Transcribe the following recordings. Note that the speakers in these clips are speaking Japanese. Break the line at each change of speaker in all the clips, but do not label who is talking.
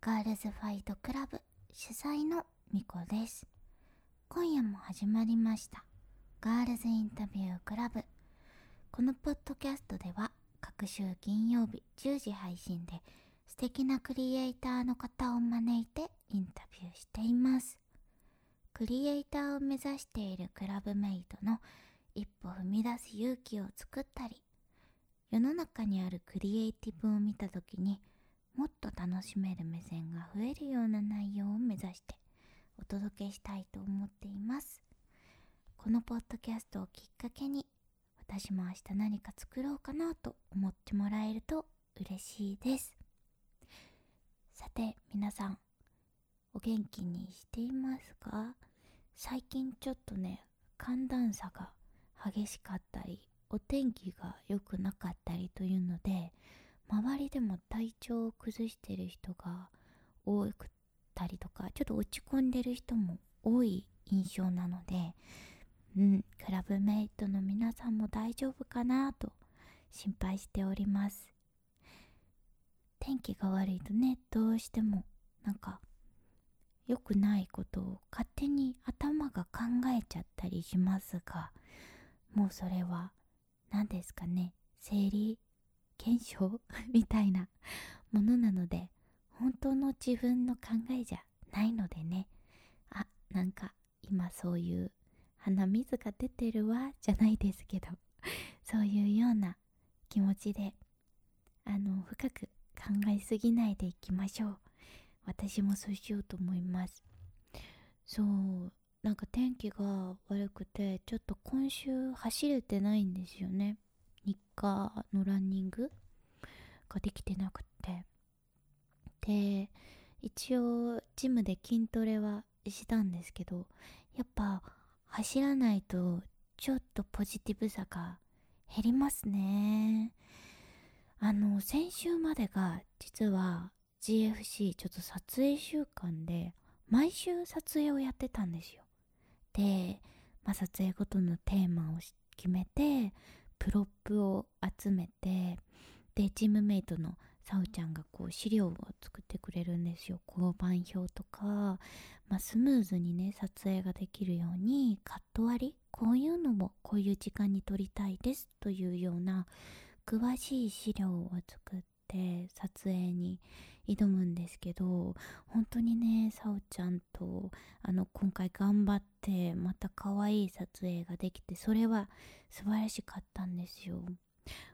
ーズファイトクラブ主催のみこです今夜も始まりましたガールズインタビュークラブこのポッドキャストでは各週金曜日10時配信で素敵なクリエイターの方を招いてインタビューしていますクリエイターを目指しているクラブメイトの一歩踏み出す勇気を作ったり世の中にあるクリエイティブを見た時にもっと楽しめる目線が増えるような内容を目指してお届けしたいと思っていますこのポッドキャストをきっかけに私も明日何か作ろうかなと思ってもらえると嬉しいですさて皆さんお元気にしていますか最近ちょっとね寒暖差が激しかったりお天気が良くなかったりというので周りでも体調を崩してる人が多くたりとかちょっと落ち込んでる人も多い印象なのでうんクラブメイトの皆さんも大丈夫かなと心配しております天気が悪いとねどうしてもなんか良くないことを勝手に頭が考えちゃったりしますがもうそれは何ですかね生理検証みたいなものなので本当の自分の考えじゃないのでねあなんか今そういう鼻水が出てるわじゃないですけどそういうような気持ちであの深く考えすぎないでいきましょう私もそうしようと思いますそうなんか天気が悪くてちょっと今週走れてないんですよね日課のランニングができてなくってで一応ジムで筋トレはしたんですけどやっぱ走らないとちょっとポジティブさが減りますねあの先週までが実は GFC ちょっと撮影週間で毎週撮影をやってたんですよで、まあ、撮影ごとのテーマをし決めてプロップを集めてでチームメイトのさおちゃんがこう資料を作ってくれるんですよ交番表とか、まあ、スムーズにね撮影ができるようにカット割りこういうのもこういう時間に撮りたいですというような詳しい資料を作って撮影に挑むんですけど本当にねさおちゃんとあの今回頑張ってまた可愛い撮影ができてそれは素晴らしかったんですよ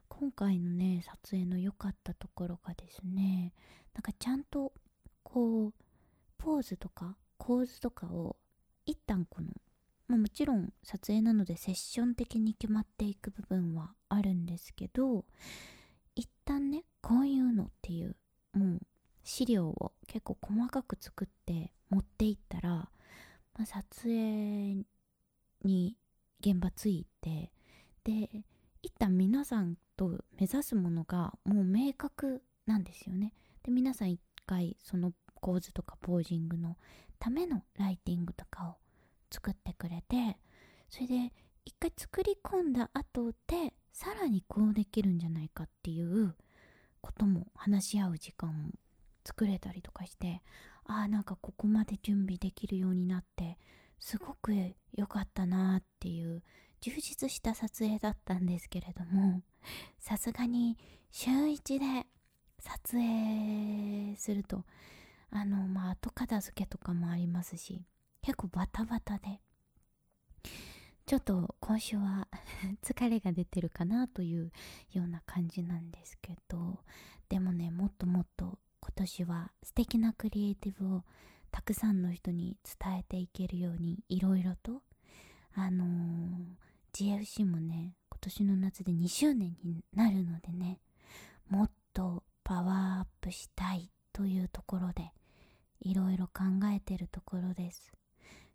今回のね撮影の良かったところがですねなんかちゃんとこうポーズとか構図とかを一旦この、まあ、もちろん撮影なのでセッション的に決まっていく部分はあるんですけど一旦ねこういうのっていうもう資料を結構細かく作って持っていったら、まあ撮影に現場着いてで一旦皆さんと目指すものがもう明確なんですよね。で皆さん一回その構図とかポージングのためのライティングとかを作ってくれてそれで一回作り込んだ後でさらにこうできるんじゃないかっていうことも話し合う時間も作れたりとかしてああなんかここまで準備できるようになってすごく良かったなっていう充実した撮影だったんですけれどもさすがに週1で撮影するとあのまあ後片付けとかもありますし結構バタバタでちょっと今週は 疲れが出てるかなというような感じなんですけどでもねもっともっと今年は素敵なクリエイティブをたくさんの人に伝えていけるようにいろいろとあのー GFC もね今年の夏で2周年になるのでねもっとパワーアップしたいというところでいろいろ考えてるところです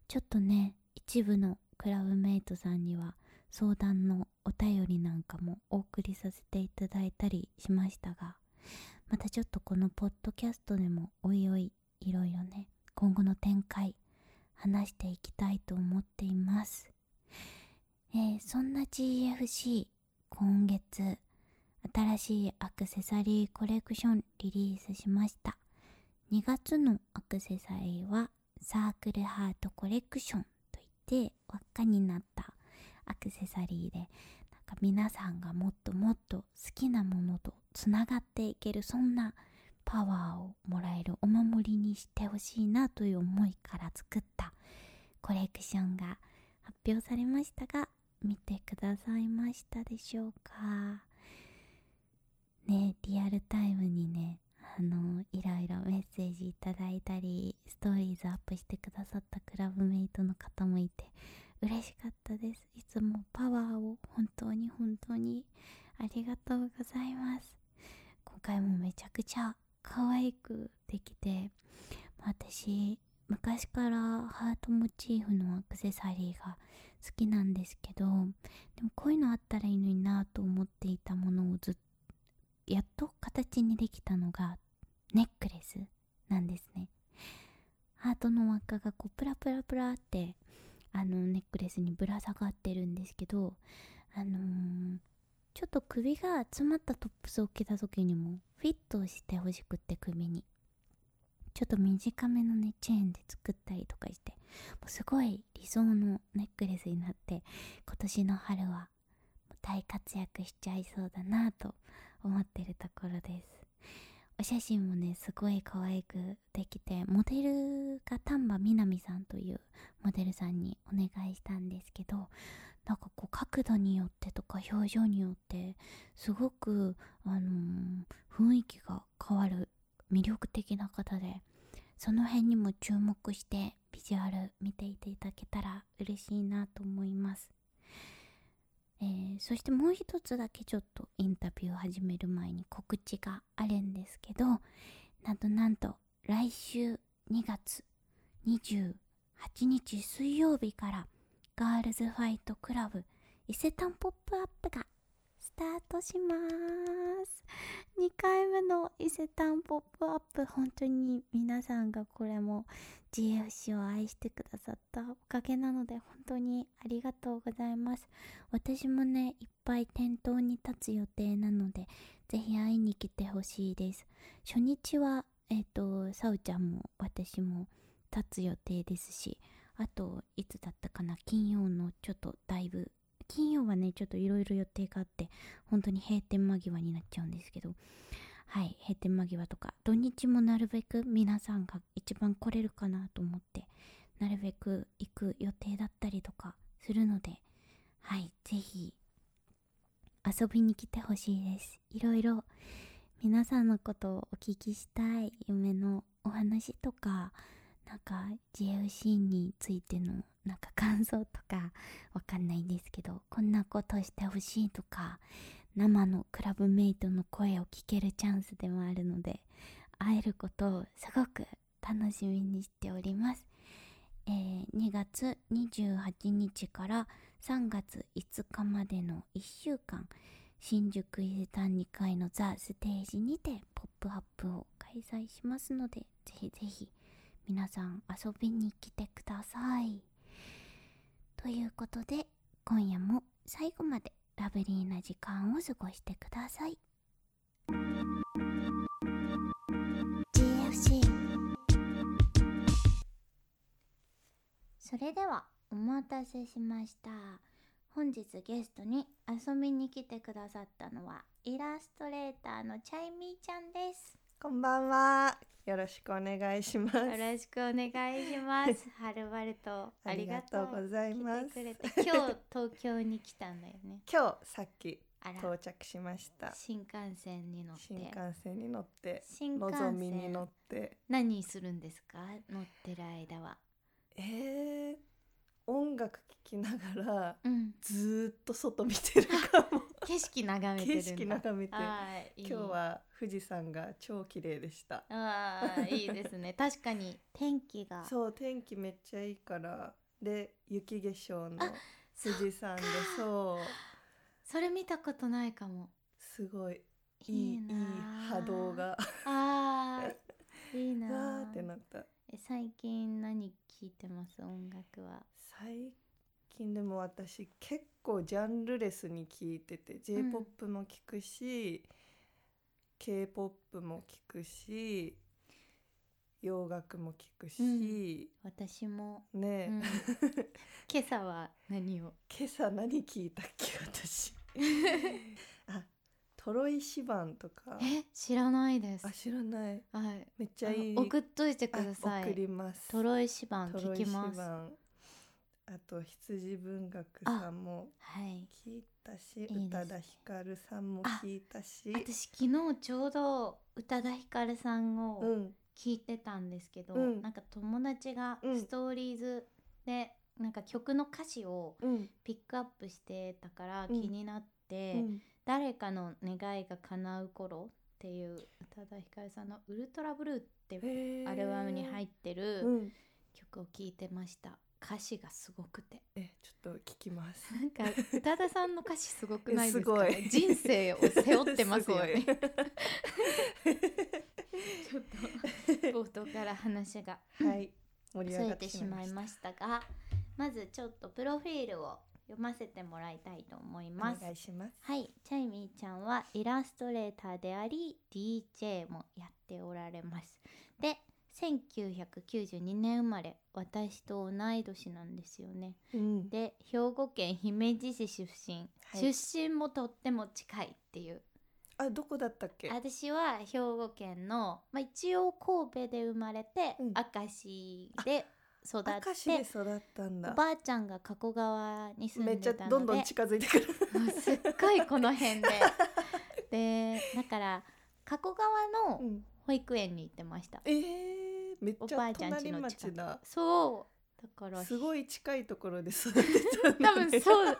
ちょっとね一部のクラブメイトさんには相談のお便りなんかもお送りさせていただいたりしましたがまたちょっとこのポッドキャストでもおいおいいろいろね今後の展開話していきたいと思っています、えーそんな GFC 今月新しいアクセサリーコレクションリリースしました2月のアクセサリーはサークルハートコレクションといって輪っかになったアクセサリーでなんか皆さんがもっともっと好きなものとつながっていけるそんなパワーをもらえるお守りにしてほしいなという思いから作ったコレクションが発表されましたが見てくださいましたでしょうかねリアルタイムにねあのいろいろメッセージいただいたりストーリーズアップしてくださったクラブメイトの方もいて嬉しかったですいつもパワーを本当に本当にありがとうございます今回もめちゃくちゃ可愛くできて私昔からハートモチーフのアクセサリーが好きなんですけどでもこういうのあったらいいのになと思っていたものをずっとやっと形にできたのがネックレスなんですねハートの輪っかがこうプラプラプラってあのネックレスにぶら下がってるんですけどあのーちょっと首が詰まったトップスを着た時にもフィットしてほしくって首にちょっと短めのねチェーンで作ったりとかしてもうすごい理想のネックレスになって今年の春は大活躍しちゃいそうだなと思ってるところですお写真もねすごい可愛くできてモデルが丹波みなみさんというモデルさんにお願いしたんですけどなんかこう角度によってとか表情によってすごく、あのー雰囲気が変わる魅力的な方でその辺にも注目してビジュアル見ていていただけたら嬉しいなと思いますえーそしてもう一つだけちょっとインタビューを始める前に告知があるんですけどなんとなんと来週2月28日水曜日からガールズファイトクラブ伊勢丹ポップアップがスタートします2回目の伊勢丹ポップアップ本当に皆さんがこれも GFC を愛してくださったおかげなので本当にありがとうございます私もねいっぱい店頭に立つ予定なのでぜひ会いに来てほしいです初日はえっ、とさおちゃんも私も立つ予定ですしあといつだったかな金曜のちょっとだいぶ金曜はねちょっといろいろ予定があって本当に閉店間際になっちゃうんですけどはい閉店間際とか土日もなるべく皆さんが一番来れるかなと思ってなるべく行く予定だったりとかするのではい、ぜひ遊びに来てほしいです。いろいろ皆さんのことをお聞きしたい夢のお話とか、なんか JFC についてのなんか感想とかわかんないんですけど、こんなことしてほしいとか、生のクラブメイトの声を聞けるチャンスでもあるので、会えることをすごく楽しみにしております。えー2月28日から3月5日までの1週間新宿伊勢丹2階のザ・ステージにてポップアップを開催しますのでぜひぜひ皆さん遊びに来てくださいということで今夜も最後までラブリーな時間を過ごしてください GFC それではお待たせしました本日ゲストに遊びに来てくださったのはイラストレーターのチャイミーちゃんです
こんばんは。よろしくお願いします。
よろしくお願いします はるばるとあ
あ
り
り
が
が
と
と
う
うございます
来てくれて今日東京に来たんだよね
今日さっき
あら
到着しました。
新幹線に乗って
新幹線に乗って、
新
の
幹
ぞみに
線
乗って、
何するんですか乗ってる間は
えー、音楽聴きながら
うん
ずーっと外見てるか も。
景色眺めてるん
景
だ
色眺めて。
あーいい
今日は富士山が超綺麗でした。
あーいいです ね確かに天気が
そう天気めっちゃいいからで雪化粧の富士山で
そっか
そう
それ見たことないかも
す ごいい
い
いい
い
い
なあ
波動が
あーいいなあ
わーってなった
え最近何聴いてます音楽は
最近でも私結構ジャンルレスに聞いてて j p o p も聞くし、k p o p も聞くし洋楽も聞くし、
私も、
ねえ、
う ん今朝は何を
今朝何聞いたっけ 私あトロイシバンとか
え知らないです
あ知らない
はい
めっちゃいい
あの送っといてくだ
あ
さ
送
い
ります
トロイシバン
トロ
聞き
イシ
ます
バンあと羊文学さんも
はい
聞いたし
いいですね
宇多田ヒカルさんも聞いたし
私昨日ちょうど宇多田ヒカルさん
う
を
ん
聞いてたんですけど、
うん
なんか友達が
うん
ストーリーズで、なんか曲の歌詞を
うん
ピックアップしてたから
うん
気になって、
うん
誰かの願いが叶う頃っていう宇多田ヒカルさんの「ウルトラブルー」って
へー
アルバムに入って
う
る
ん
曲を聴いてました歌詞がすごくて
えちょっと聞きます
なん か宇多田さんの歌詞すごくないですか、
すごい
人生を 背負ってますよね
すごい
ちょっと 冒頭から話が
はい盛り
そ
上が
れ
ってて
し
し
ま
ま
い
いまし
ましたがまずちょっとプロフィールを読ませてもらいたいと思い
た
ま
お
す
願いします
はい、チャイミーちゃんはイラストレーターであり DJ もやっておられます。で1992年生まれ私と同い年なんですよね。
うん
で兵庫県姫路市出身、
はい
出身もとっても近いっていう
あどこだったっけ
私は兵庫県の、まあ、一応神戸で生まれて、
うん
明石で育っ
明石で
て
育ったん
お
だ
ばあちゃんが加古川に住
めっ
ん
ちゃ
でたので
どんどん近づいてくる
もうすっごいこの辺で でだから加古川
う
の
ん
保育園に行ってました、
えー、めっ
お
ち
ば
ゃ
あちゃん家
隣
の近
町
く
だ
そうだから
すごい近いところで育てた ん
多
だ、ね、
分そうあ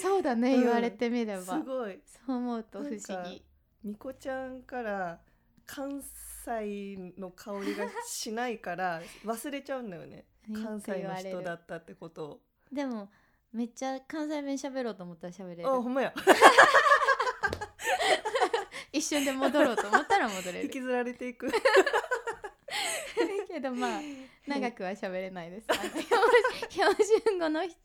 そうだね、
うん
言われてみれば
すごい
そう思うと不思
なんか
議
みこちゃんから関西の香りがしないから 忘れちゃうんだよね
よく
関西
言
の人
われ
だ
る
ったってことを
でもめっちゃ関西弁喋ろうと思ったら喋れる
あほんまや
一瞬で戻ろうと思ったら戻れ
引
る
きずられていく
けどまあ長くは喋れ ないですあの標準標準語の人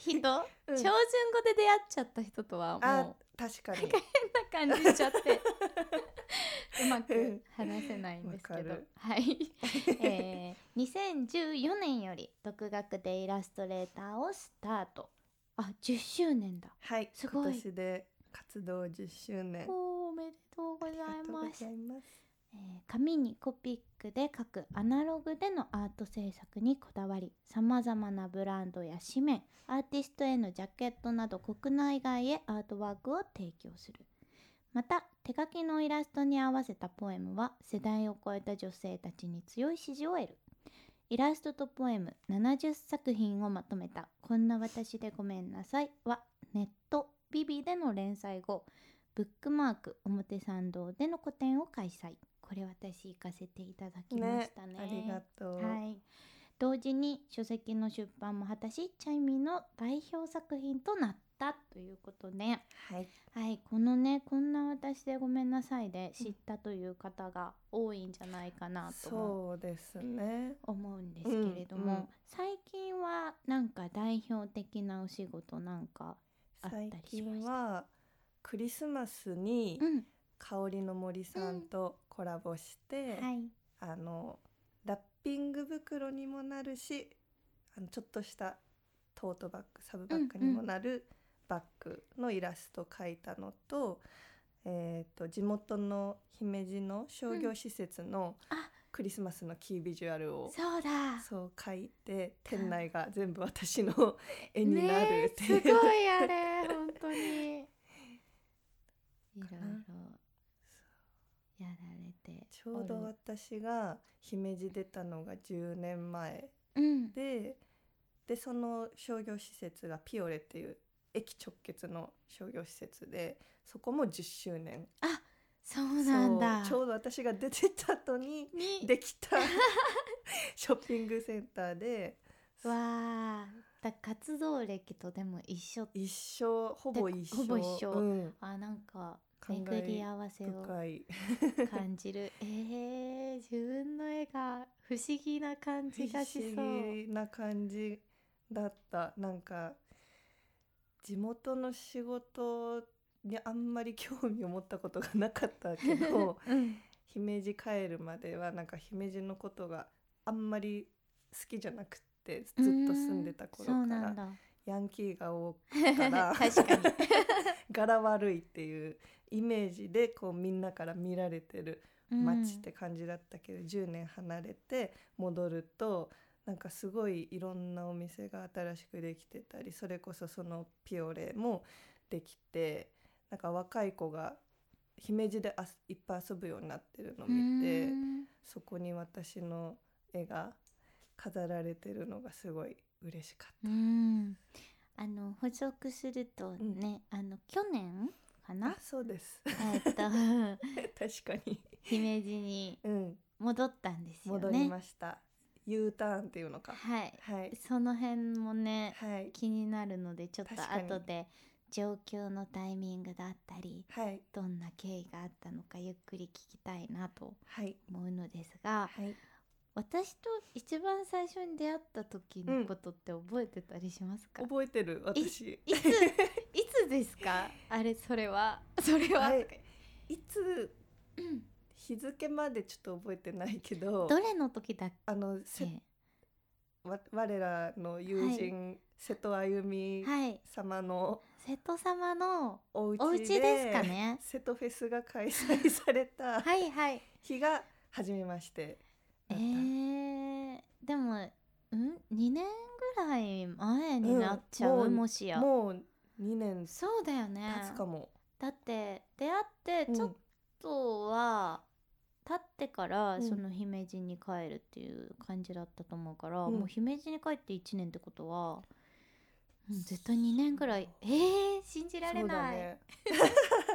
標
うん
準語で出会っちゃった人とはもう
あ確かに
変な感じしちゃってうま
うん
く話せないんですけ
わか
ど
る
はい、 えー、2014年より独学でイラストレーターをスタートあ10周年だ
はい
すご
今
い
年で活動10周年
おーおめでとうござい
ありがとうござい
ま
ます
すえー紙にコピックで書くアナログでのアート制作にこだわりさまざまなブランドや紙面アーティストへのジャケットなど国内外へアートワークを提供するまた手書きのイラストに合わせたポエムは世代を超えた女性たちに強い支持を得るイラストとポエム70作品をまとめた「こんな私でごめんなさい」はネット「ビビでの連載後ブックマーク表参道での個展を開催これ私行かせていただきま
ね
したね
ありがとう、
はい、同時に書籍の出版も果たしチャイミーの代表作品となったということで、
はい
はい、このね「こんな私でごめんなさい」で知ったという方が多いんじゃないかなとも
そうですね
思うんですけれども、
うんうん
最近はなんか代表的なお仕事なんか、あったり
最
しました
近はクリスマスに
うん
香りの森さんとコラボして、
はい、
あのラッピング袋にもなるしあのちょっとしたトートバッグサブバッグにもなるバッグのイラスト描いたのと,、えー、と地元の姫路の商業施設の
うんあ
クリスマスのキービジュアルを、
そうだ
そう描いて店内が全部私の絵になるっていう、
ねえすごいあれ本当にいろいろやられて
ちょうど私が姫路出たのが10年前
うん
ででその商業施設がピオレっていう駅直結の商業施設でそこも10周年
そうなんだ
そうちょうど私が出てた後に
に
でき たショッピングセンターで
わあだ活動歴とでも一緒
一生ほぼ一生
ほぼ一緒
うん、
あなんか
感
巡
慨
り合わせを
深い
感じるえー、自分の絵が不思議な感
不
じがしそう
思議な感じだったなんか地元 の仕事にあんまり興味を持ったことがなかったけど
うん
姫路帰るまではなんか姫路のことがあんまり好きじゃなくってずっと住んでた頃
そう
か
な
ら
んだ
ヤンキーが多 か
確
ら
かに
柄悪いっていうイメージでこうみんなから見られてる
うん
街って感じだったけど、10年離れて戻るとなんかすごいいろんなお店が新しくできてたりそれこそそのピオレもできてなんか若い子が姫路であすいっぱい遊ぶようになってるのを見て
うん
そこに私の絵が飾られてるのがすごい嬉しかっ
うんあの補足するとね、あの去年か
た。
な
あそうです
えっと
確かに、
姫路に
うん、
戻ったんですよね
戻りました、U ターンっていうのか
はい
はい
その辺もね、
はい
気になるのでちょっと
確かに
後で上京のタイミングだったり
はい
どんな経緯があったのかゆっくり聞きたいなと
はい
思うのですが
はい
私と一番最初に出会った時のことって覚えてたりしますか、
覚えてる私
いついつですかあれそれはそれは、
はいいつ
うん
日付までちょっと覚えてないけど
どれの時だっ
あのせ、
け
わ我らの友人、瀬戸歩美
はい
様の
瀬戸様の
お家で
お家ですかね
瀬戸フェスが開催された
はいはい
日が初めまして
え
だった、
ー、でもん2年ぐらい前になっちゃう、
うんもう
もしや
もう2年
そうだよね
経つかも、
だって出会って
うん
ちょっとは経ってから
うん
その姫路に帰るっていう感じだったと思うから、
うん
もう姫路に帰って1年ってことは、うん、絶対2年ぐらいえー、信じられない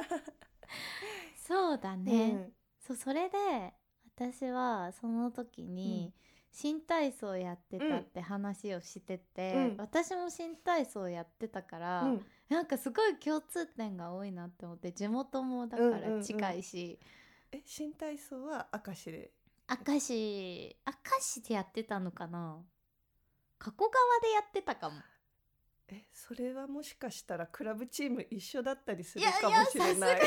そうだ
そうだ
ね
ね
そうそれで私はその時に新体操やってたって話をしてて、
うん
私も新体操やってたから、
うん、うん
なんかすごい共通点が多いなって思って地元もだから近いし、
え新体操は明石で
明石明石でやってたのかな加古川でやってたかも
えそれはもしかしたらクラブチーム一緒だったりす
い
る
や
か
いや
も
さ
し
すが
れ
にな
ない
ん
い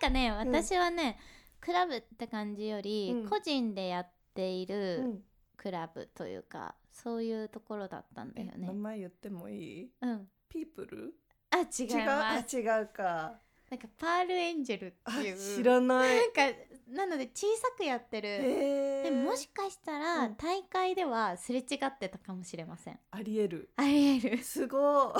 かね
うん
私はね、クラブって感じより、
うん
個人でやっている、
うん
クラブというかそういうところだったんだ
え
よね
名。前言ってもいい
うん、
ピープル
あ違います
あ違うか
なんかパールエンジェルって
あ
いう
知ら ない
なんかなので小さくやってる、
えー、
でもしかしたら
うん
大会ではすれ違ってたかもしれません。
ありえる
ありえる
す ごい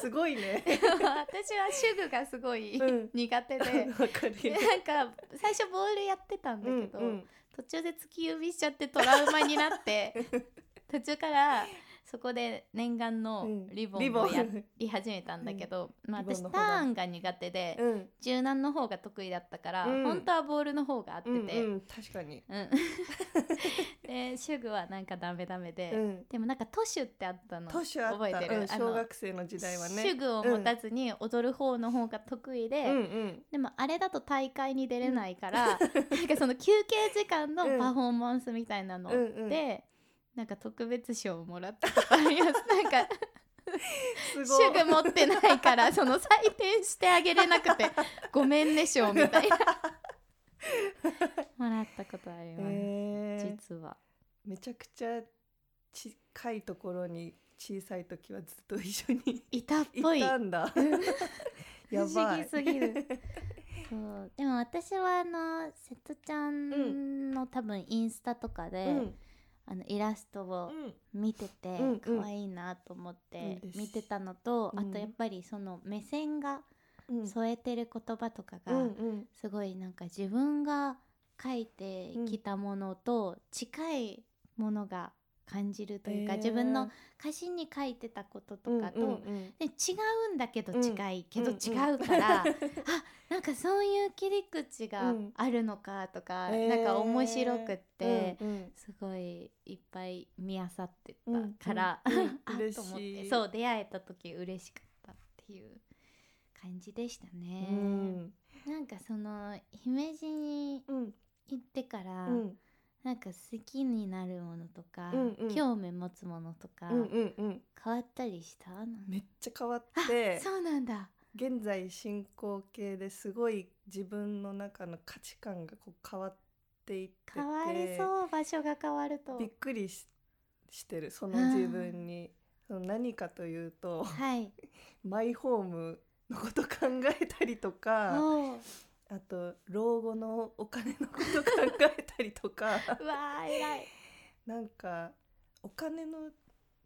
すごいね
私は主具がすごい、
うん
苦手 で
わかる
で
よ
なんか最初ボールやってたんだ
う
け
ん
ど、
うん
途中で突き指しちゃってトラウマになって 途中からそこで念願のリボ
リ
ン
ボ
をやっ
ン
り始めたんだけど、まあ、
リボ
私
ン
タ
の方が
ーンが苦手で、
うん
柔軟の方が得意だったから、
うん
本当はボールの方が合って
うん
て、うん
うん確かに
で主具はなんかダメダメで、
うん
でもなんかトシュってあったの
年あった
覚えてる、
うん
あ
小学生の時代はね
主具を持たずに踊る方の方が得意で、
うんうん
でもあれだと大会に出れないから、 なんかその休憩時間の
うん
パフォーマンスみたいなので、
うんうん
なんか特別賞をもらったことありますなんか
すごい
主が持ってないからその採点してあげれな くてごめんねしょみたい なもらったことあります、
えー
実は
めちゃくちゃ 近いところに小さい時はずっと一緒に
いたっ
い
ぽい
たんだ
不
やば
思議
い
すぎるそうでも私はあの瀬戸ちゃんの多分インスタとかで、
うん
あのイラストを見てて
うん
可愛いなと思って
うん
見てたのと、
うん
あとやっぱりその目線が
うん
添えてる言葉とかが、
うんうん
すごいなんか自分が書いてきたものと近いものが感じるというか、
えー
自分の歌詞に書いてたこととかと、
うんうん
で違うんだけど
うん
近いけど
うんうん
違うから、 あなんかそういう切り口が
うん
あるのかとか、
うん
なんか面白くって、
えーうんうん
すごいいっぱい見あさって
うん
たから、
うんうん
あ
嬉しい
と思ってそう出会えた時嬉しかったっていう感じでしたね。
うん
なんかその姫路に
うん
行ってから、
うん
なんか好きになるものとか、
うんうん
興味持つものとか、
うんうんうん
変わったりしたなんか
めっちゃ変わっ
あ
て
そうなんだ
現在進行形ですごい自分の中の価値観がこう変わっていってて
変わりそう場所が変わると
びっくりししてるその自分に。その何かというと
はい
マイホームのこと考えたりとか
おう
あと老後のお金のこと考えたりと か
うわー偉い
なんかお金の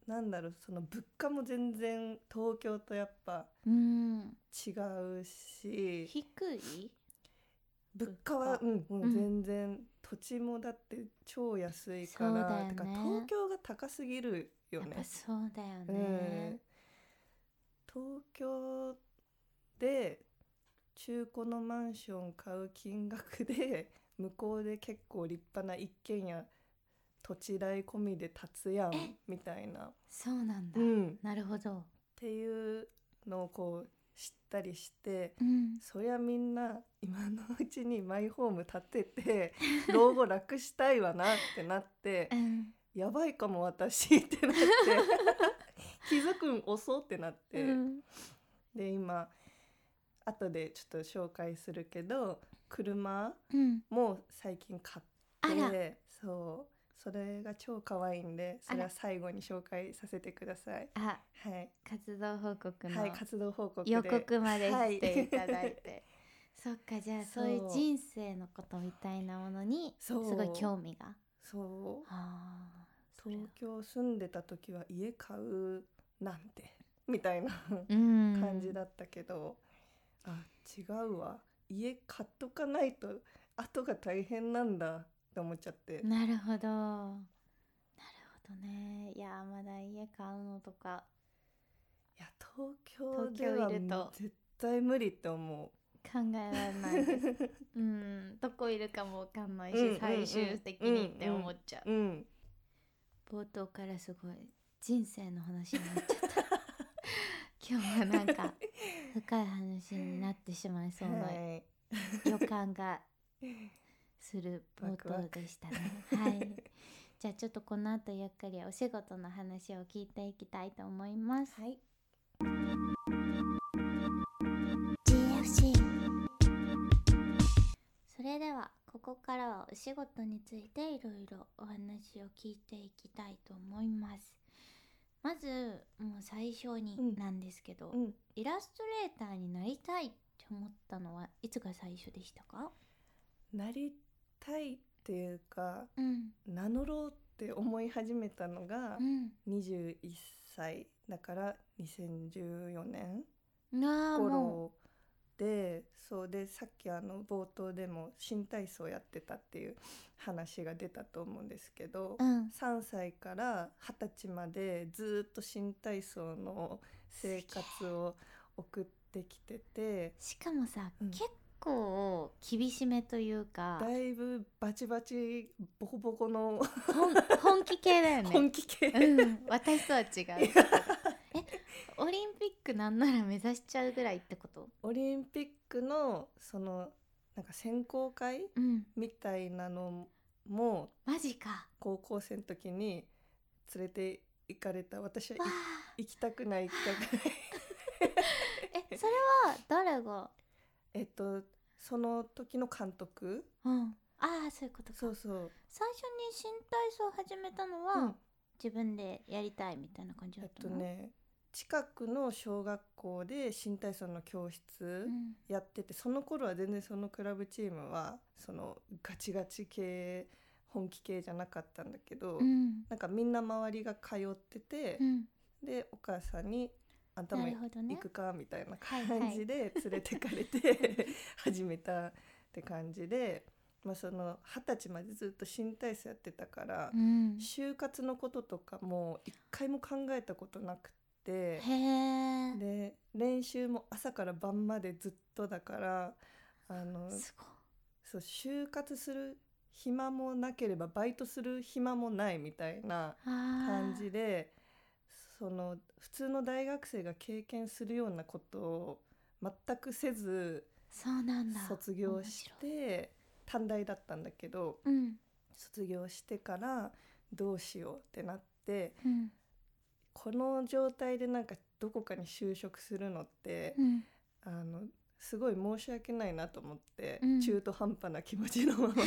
なんだろうその物価も全然東京とやっぱ
うん
違うし
低い
物価は、うん、も
う
うん全然土地もだって超安いか
そうだ
ら、
よね
てか東京が高すぎるよ
やっ
ね
ぱ。そうだよ
う
ね
ん、東京で中古のマンション買う金額で 向こうで結構立派な一軒家土地代込みで建つやん
え
みたいな、
そうなんだ、
うん、っ
なるほど
ていうのをこう知ったりして
うん
そりゃみんな今のうちにマイホーム建てて老後楽したいわなってなって
うん
やばいかも私って なって気づくん遅ってなって。
うん
で今後でちょっと紹介するけど車
うん
も最近買
あ
っ
ら
てそうそれが超可愛いんでそれは最後に紹介させてください
あ
はい、
活動報告の、
はい、活動報告で
予告まで
はい
していただいて、そっかじゃあ
そ
そうういう人生のことみたいなものにす
そう
ごい興味が
そ
あーそうれは
東京住んでた時は家買うなんてみたいな
うん
感じだったけど、あ違うわ家買っとかないと後が大変なんだって思っちゃって、
なるほどなるほどねいやーまだ家買うのとか
いや東京で
東京いる
は
と
絶対無理って思
考えられないです うんどこいるかもわかんないし、
うんうんうん
最終的にって思っちゃう
う、うん、
冒頭からすごい人生の話になっちゃった 今日はなんか深い話になってしまいそうな
はい
予感がする冒頭でしたね。はい。じゃあちょっとこの後ゆっくりお仕事の話を聞いていきたいと思います。はい。GFC。それではここからはお仕事についていろいろお話を聞いていきたいと思います。まずもう最初に
うん
なんですけど、
うん
イラストレーターになりたいって思ったのはいつが最初でしたか
なりたいっていうか
うん
名乗ろうって思い始めたのが
うん
21歳だから2014年
なあも
頃でそうでさっきあの冒頭でも新体操やってたっていう話が出たと思うんですけど
う、うん
3歳から20歳までずっと新体操の生活を送ってきてて
しかもさ、
うん
結構厳しめというか
だいぶバチバチボコボコの
本本気系だよね
本気系、
うん私とは違う えオリンピックなんなら目指しちゃうぐらいってこと
オリンピックのそのなんか選考会
うん
みたいなのも
マジか
高校生の時に連れて行かれた私は
わ
い
あ
行きたくない行きた くない
えそれは誰が
えっとその時の監督
うんああそういうことか
そうそう、
最初に新体操を始めたのは、
うん
自分でやりたいみたいな感じ
え
だ
っ
った
と
の、
ね近くの小学校で新体操の教室
うん
やってて、その頃は全然そのクラブチームはそのガチガチ系本気系じゃなかったんだけど、
うん
なんかみんな周りが通ってて
う、ん、
でお母さんに「あんたも
なるほど
行
ね
くか」みたいな
はい
感
はい
じで連れてかれて 始めたって感じで、まあ、その二十歳までずっと新体操やってたから。
うん、
就活のこととかも一回も考えたことなく
へ
て
え
で練習も朝から晩までずっとだからあの
すごい
そう就活する暇もなければバイトする暇もないみたいな
感
感じでその普通の大学生が経験するようなことを全くせず
そうなんだ
卒業し
面
て短大だったんだけど
白いうん
卒業してからどうしようってなって。
うん
この状態でなんかどこかに就職するのって
うん
あのすごい申し訳ないなと思って、
うん
中途半端な気持ちのまま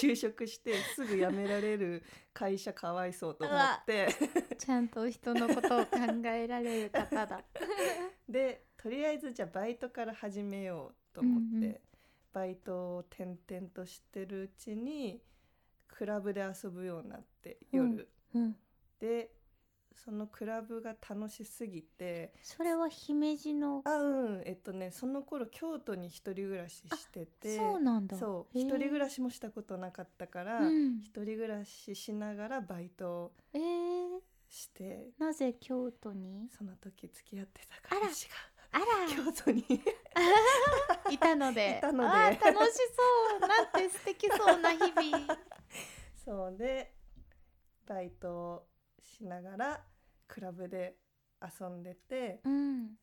就職してすぐ辞められる会社かわいそうと思って
ちゃんと人のことを考えられる方だ
でとりあえずじゃあバイトから始めようと思って、
うんうん
バイトを転々としてるうちにクラブで遊ぶようになって夜、
うんうん
でそのクラブが楽しすぎて
それは姫路の
あうんえっとねその頃京都に一人暮らししてて
そうなんだ
そう
へー
一人暮らしもしたことなかったから、
うん
一人暮らししながらバイトを
えー、
して
なぜ京都に
その時付き合ってた彼氏
あら
が 京都に
いたので
いたので
あー楽しそうなんて素敵そうな日 々
そうでバイトをしながらクラブで遊んでて
うん、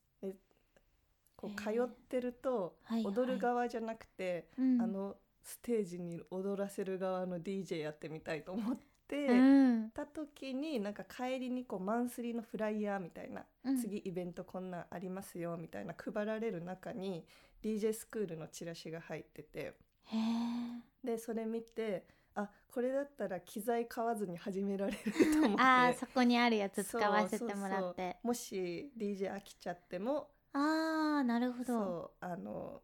こう通
へえ
ってると
はいはい
踊る側じゃなくて、
うん、
あのステージに踊らせる側の DJ やってみたいと思って。
うん
た時になんか帰りにこうマンスリーのフライヤーみたいな、
うん
次イベントこんなんありますよみたいな配られる中に DJ スクールのチラシが入ってて
へー
でそれ見てあこれだったら機材買わずに始められる と思って
あーそこにあるやつ使
そう
わせてもらっ
そうそう
て
もし DJ 飽きちゃっても
ああなるほど
そうあの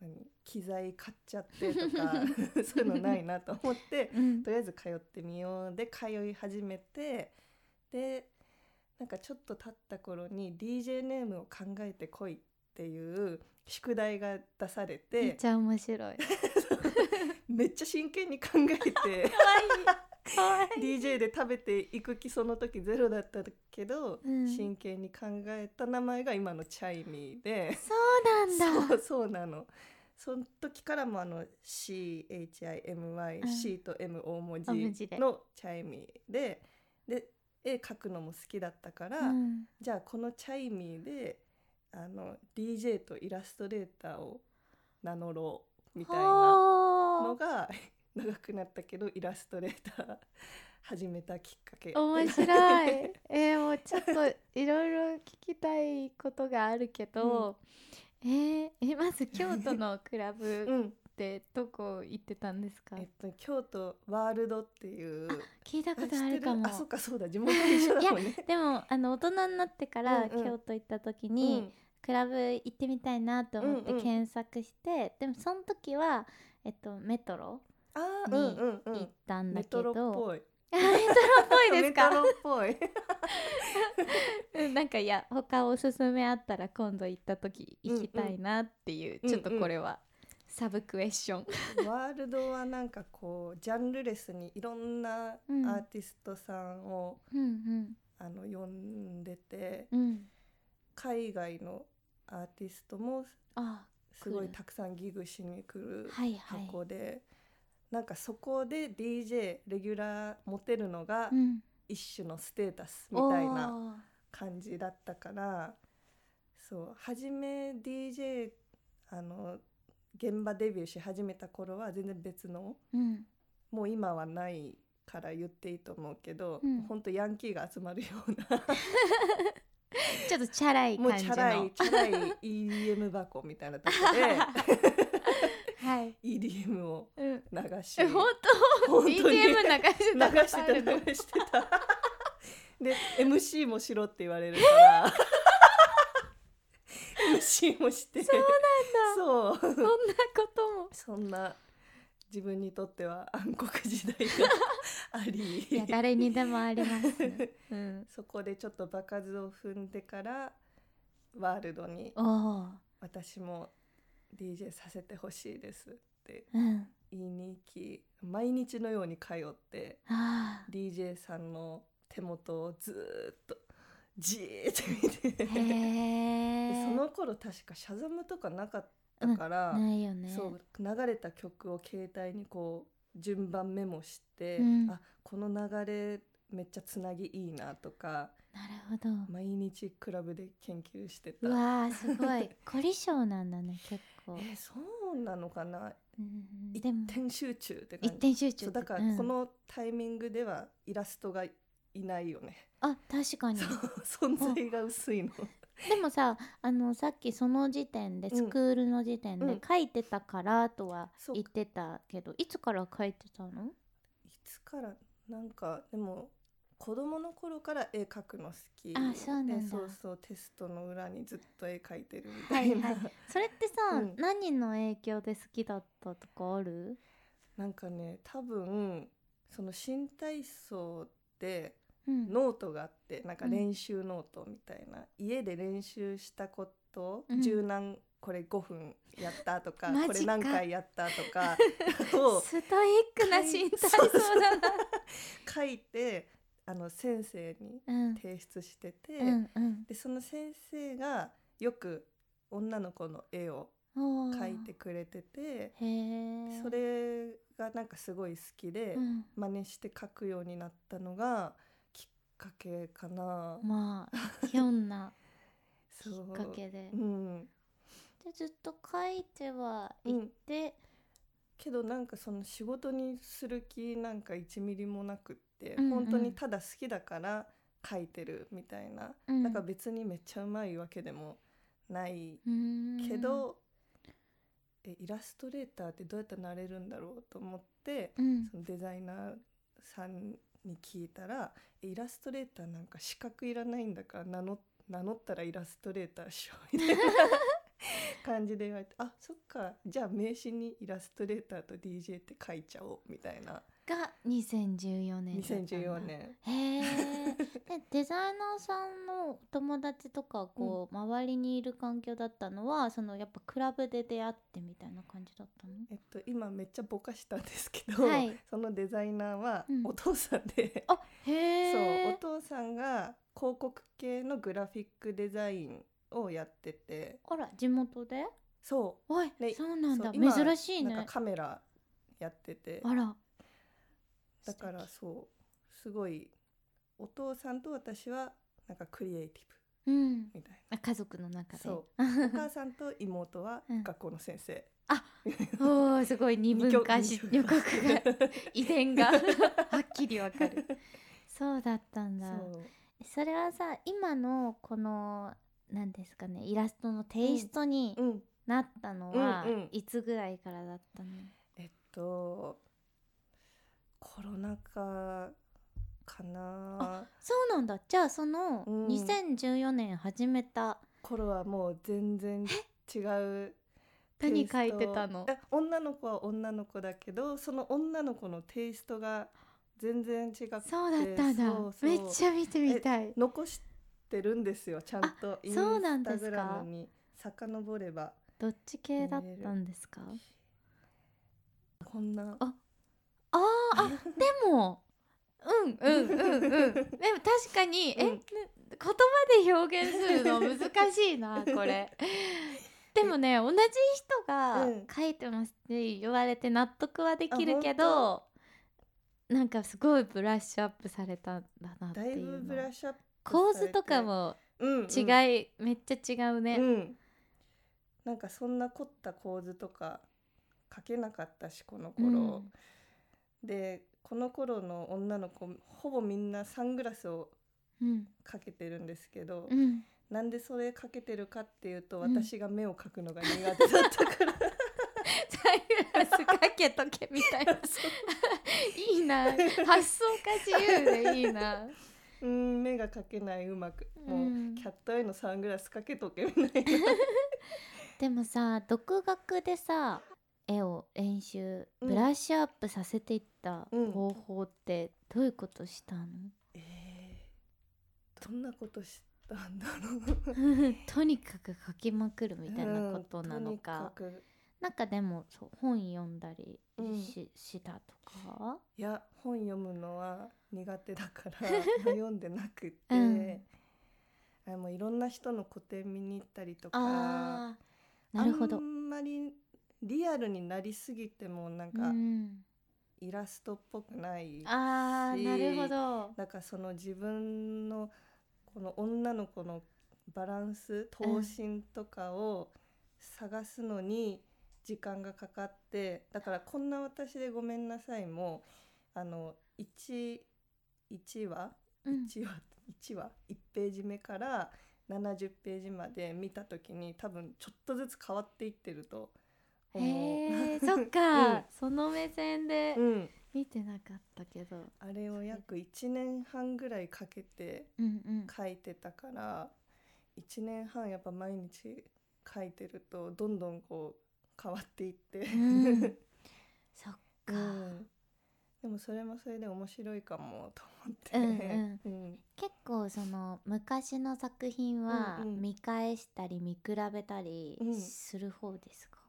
何機材買っちゃってとか そういうのないなと思って
うん
とりあえず通ってみようで通い始めてでなんかちょっと経った頃に DJ ネームを考えてこいっていう宿題が出さ
め
れ
ってちゃ面 白い
めっちゃ真剣に考 えて
かわい
DJ で食べていく気その時ゼロだったけど、
うん
真剣に考えた名前が今のチャイミーで
そうなん
そ
だ
うそうなの。その時からもあの CHIMY、
うん
C と M 大文
大文字
字
で
のチャイミーでで絵描くのも好きだったから、
うん
じゃあこのチャイミーであの DJ とイラストレーターを名乗ろうみたいな
ほ
の
ー
が長くなったけどイラストレーター始めたきっかけ。
面白いえー、もうちょっといろいろ聞きたいことがあるけど、えーえまず京都のクラ
う
ブ
ん、
ってどこ行ってたんですか、
えっと京都ワールドっていう
聞いたこ
あ知
と
っ
あ
て
るかも
あそうかそうだ地元一緒だも んね。
でもあの大人になってから
うんうん
京都行った時
う
に、
ん
クラブ行ってみたいなと思って
うんうん
検索して、でもその時は、えっと、メトロ
あー
に
うんうんう
行っ
ん
たんだ
メ
けど、
トロっぽい
あメトロっぽいです
メト
か
ロっぽ い
うんなんかいや他おすすめあったら今度行った時行きたいなっていう、
うんうん
ちょっとこれはサブクエスチョン、
ワールドはなんかこうジャンルレスにいろんなア
うん
ーティストさんを、
うん
あの呼んでて
うんうん
海外のアーティストも
あ
すご
来
い
る
たくさんギグしに来る
はいはい
箱で、なんかそこで DJ レギュラー持てるのが
うん
一種のステータスみたいな。
おー
感じだったからそう初め DJ あの現場デビューし始めた頃は全然別の
うん
もう今はないから言っていいと思うけど、
うん
ほんとヤンキーが集まるような
ちょっとチャラい
もう
感
チ
じ
ャ
の
ラいチャラい EDM 箱みたいなとこ
はい、
で EDM を
うん、
流し
え本当
本当
BGM
に
流して
流
たこと
し
あ
て
る
た
の
流してた で MC もしろって言われるから MC もしてそう
そんなことも
そんな自分にとっては暗黒時代があり
いや誰にでもあります、ね。 うん。
そこでちょっと場数を踏んでからワールドに
おお。
私も DJ させてほしいですって
うん。
言いに行き毎日のように通って
ああ。
DJ さんの手元をずーっとじーっと見て
へえ。
でその頃確かシャザムとかなかったから、
ないよね。
そう流れた曲を携帯にこう順番メモして、
うん
あこの流れめっちゃつなぎいいなとか
なるほど。
毎日クラブで研究してた
うわあす ごい。凝り性なんだね結構。
えそうなのかな
うん
一
でも
点集中って
一
感じ
点集中
そう
って。
だからこ
うん
のタイミングではイラストがいないよね、
あ確かに。
そう存在が薄いの
でもさあのさっきその時点で
うん
スクールの時点
う
で
ん
書いてたからとは
そうか
言ってたけど、いつから書いてたの
いつからなんかでも子供の頃から絵描くの好き
あそうなんだ
でそうそうテストの裏にずっと絵描いてるみ
は
たい
い
な、
はいそれってさ、
うん
何の影響で好きだったとかある
なんかね多分その新体操で
うん
ノートがあってなんか
うん
練習ノートみたいな、家で練習したこと、
うん
柔軟これ5分やったとか
マジか
これ何回やったと かを
ストイックな新体操だな。
書いてあの先生に
うん
提出してて、
うんうん
でその先生がよく女の子の絵を
おー
描いてくれてて
へえ。
それがなんかすごい好きで、
うん、
真似して描くようになったのがきっかけかな。
まあひょんなき
そう
っかけで
う。ん
でずっと書いては
う
い
ん、
て、
けどなんかその仕事にする気なんか1ミリもなくって、
うんうん
本当にただ好きだから描いてるみたいな、
うん
なんか別にめっちゃうまいわけでもないけど、えイラストレーターってどうやってなれるんだろうと思って、
うーん、うん
そのデザイナーさんに聞いたらえイラストレーターなんか資格いらないんだから名乗名乗ったらイラストレーターしようみたいな感じで言われて あそっかじゃあ名刺にイラストレーターと DJ って書いちゃおうみたいな
が2014年だったんだ
2014年。
へ えデザイナーさんのお友達とかこう、周りにいる環境だったのはそのやっぱクラブで出会ってみたいな感じだったの
えっと、今めっちゃぼかしたんですけど、
はい
そのデザイナーは
うん
お父さんで、
あへ
そうお
え
父さんが広告系のグラフィックデザインをやってて
あら地元で
そ
おい、
ね
そうなんだ
そう今
珍し
う
い
なん
ね
かカメラやってて
あら
だから
素
そうすごいお父さんと私はなんかクリエイティ
敵うん
ブみた い
あ家族の中で
そうなお母さんと妹は
うん
学校の先生、
おーすごい二分化し
二
予
極
告が遺伝 がはっきりわかるそうだったんだ
そう
それはさ今のこの何ですかねイラストのテイストに
うん
なったのは、
うんうん
いつぐらいからだったの
えっとコロナ禍かな
そうなんだじゃあその
うん
2014年始めた、
頃はもう全然違う
何
テイス
書
ト
いてたの
え女の子は女の子だけどその女の子のテイストが全然違くて
そうだったんだ
そうそう
めっちゃ見てみたい
残してるんですよちゃんとイン
そうなん
ス
で
タ
すか
グラムに遡れば
どっち系だったんですか
こんな
ああーあで もうんうんうん うんでも確かに、え言
うん
葉で表現するの難しい なこれでもね同じ人が
うん
書いてますって言われて納得はできるけ
あ
ど、なんかすごいブラッシュアップされたんだなって
だい
い
ぶ
う
ブ
の
ラッシュアップ
構図とかも違
違
い、めっちゃ違うね、
うん、なんかそんな凝った構図とか書けなかったしこの頃、でこの頃の女の子ほぼみんなサングラスを
うん
かけてるんですけど、
うん
なんでそれかけてるかっていうと
うん
私が目を描くのが苦手だった から、
サングラスかけとけみたい ないいな発想が自由でいい な
うん目が描けないうまくもう、
うん
キャットアイのサングラスかけとけみた いな
でもさ独学でさ絵を練習
うん
ブラッシュアップさせていった
うん
方法ってどういうことした の、
えーどんなことしたんだろう
とにかく描きまくる みたいなことなのか,、
うんとにかく
なんかでもそう本読んだり
うん
し,、したとか
いや本読むのは苦手 だから読んでなくって、
うん
あもういろんな人の個展見に行ったりとか
あーなるほど
あんまりリアルになりすぎてもなん
う
か
ん、
イラストっぽくない、
あーなるほど
なんかその自分のこの女の子のバランス等身とかを探すのに時間がかかって、だから「こんな私でごめんなさいも」あの 1, 1話
うん
1話1話1ページ目から70ページまで見た時に多分ちょっとずつ変わっていってると
へ
思う。
えそっか、
うん
その目線で
うん、
見てなかったけど
あれを約1年半ぐらいかけて
うんうん
書いてたから1年半やっぱ毎日書いてるとどんどんこう変わっていって、
うんそっか、
うんでもそれもそれで面白いかもと思って、
うん
うん
結構その昔の作品は
うんうん
見返したり見比べたり
うん
する方ですか、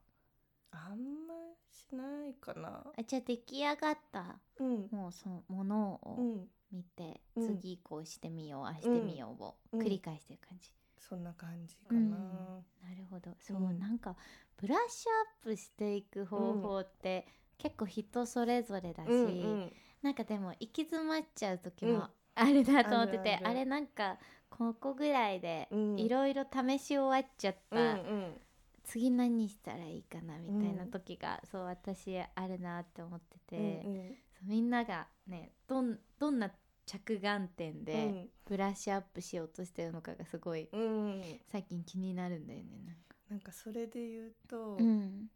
あんましないかな。
あじゃあ出来上がった
うん、
もうそのもの
う
を
ん、
見て、
うん
次こうしてみようああしてみようを
うん
繰り返してる感じ、
そんな感じかな。
なるほどそう、
うん
なんかブラッシュアップしていく方法って、結構人それぞれだし、
うん、うん、
なんかでも行き詰まっちゃう時
うん
もあるなと思って
あ
て、
るある
あれなんかここぐらいで
うん
いろいろ試し終わっちゃっ
うん、
た、
うん、
次何したらいいかなみたいな
うん
時が、そう私あるなって思ってて、
うん、
そうみんながねどんどんな着眼点
う
で
ん、
ブラッシュアップしようとしてるのかがすごい
うん、
最近気になるんだよねなんか。
なんかそれで言うと、
うん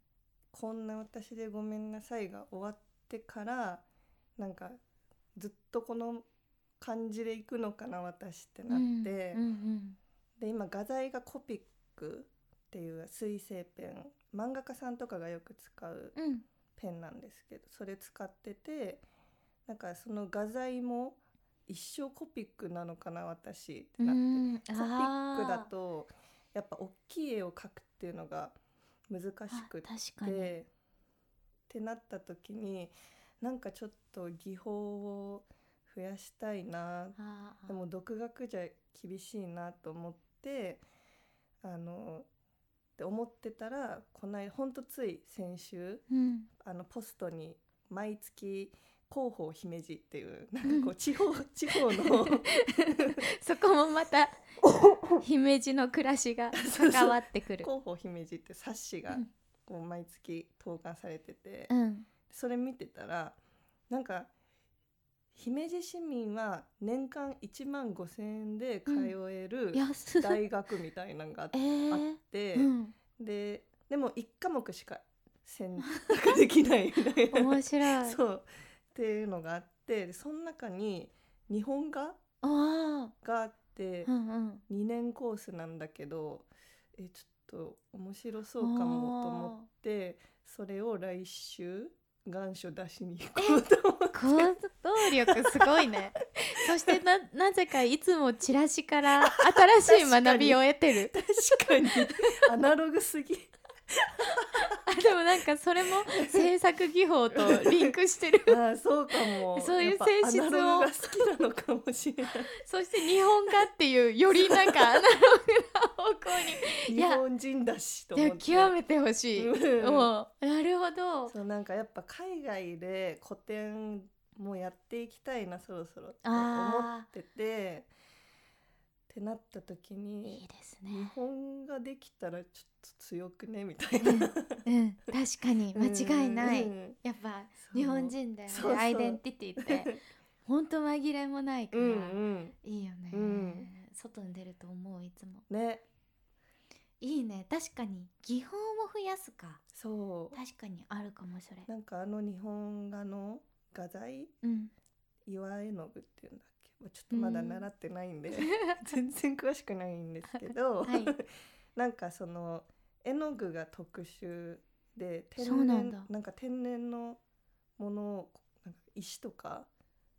こんな私でごめんなさいが終わってから。なんか、ずっとこの感じでいくのかな、私ってなって。
うんうん
で今画材がコピックっていう水性ペン漫画家さんとかがよく使う
うんうん
ペンなんですけどそれ使っててなんかその画材も一生コピックなのかな私ってなって、
うん
コピックだとやっぱ大きい絵を描くっていうのが難し
あー
くっ
確かに
てってなった時になんかちょっと技法を増やしたいな
あー
でも独学じゃ厳しいなと思ってあのって思ってたらこないほんとつい先週
うん
あのポストに毎月広報姫路っていうなんか こう地方地方の
そこもまた姫路の暮らし が
そうそう
関わってくる。
広報姫路って冊子が
うん
こう毎月投函されてて、
うん
それ見てたらなんか姫路市民は年間1万5,000円で通える
安い
大学みたいなのがあっ
え
あ
ー
っ、て。
うん
ででも1科目しか選択できないみたいな
面白い。
そうっていうのがあってでその中に日本画
あ
があって
あ、う、んうん。
2年コースなんだけどえちょっと面白そうかもと思ってそれを来週願書出しに行こうと思って
行動力すごい ねそしてななぜかいつもチラシ から新しい学びを得てる
確かに アナログすぎ
あでもなんかそれも制作技法とリンク してる
あーそうかも
そういう
やっぱ
性質を
アナログが好きなのかもしれない
そして日本画っていうよりなんかアナログな方向 い
日
や
本人だしと
にい
思っ
や
て
極めてほしい、
うん
もうなるほど
そうなんかやっぱ海外で古典もやっていきたいなそろそろって思
あ
っててってなった時
ーいい
に
です
日
ね、
本ができたらちょっと強くねみたいな
うん、確かに間違いない、
うん
やっぱ
そう
日本人だよね
そうそう
アイデンティティ って本当紛れもないか
う
ら、
んうん
いいよね、
うん
外に出ると思ういつも
ね
いいね確かに技法を増やすか
そ
確かにあるかもそれ
うなんかあの日本画の画材
うん
岩絵の具っていうんだっけちょっとまだ習ってないんで、 全然詳しくないんですけど、
はい
なんかその絵の具が特殊で天
そう
然
なんだ
か天然のものをなんか石とか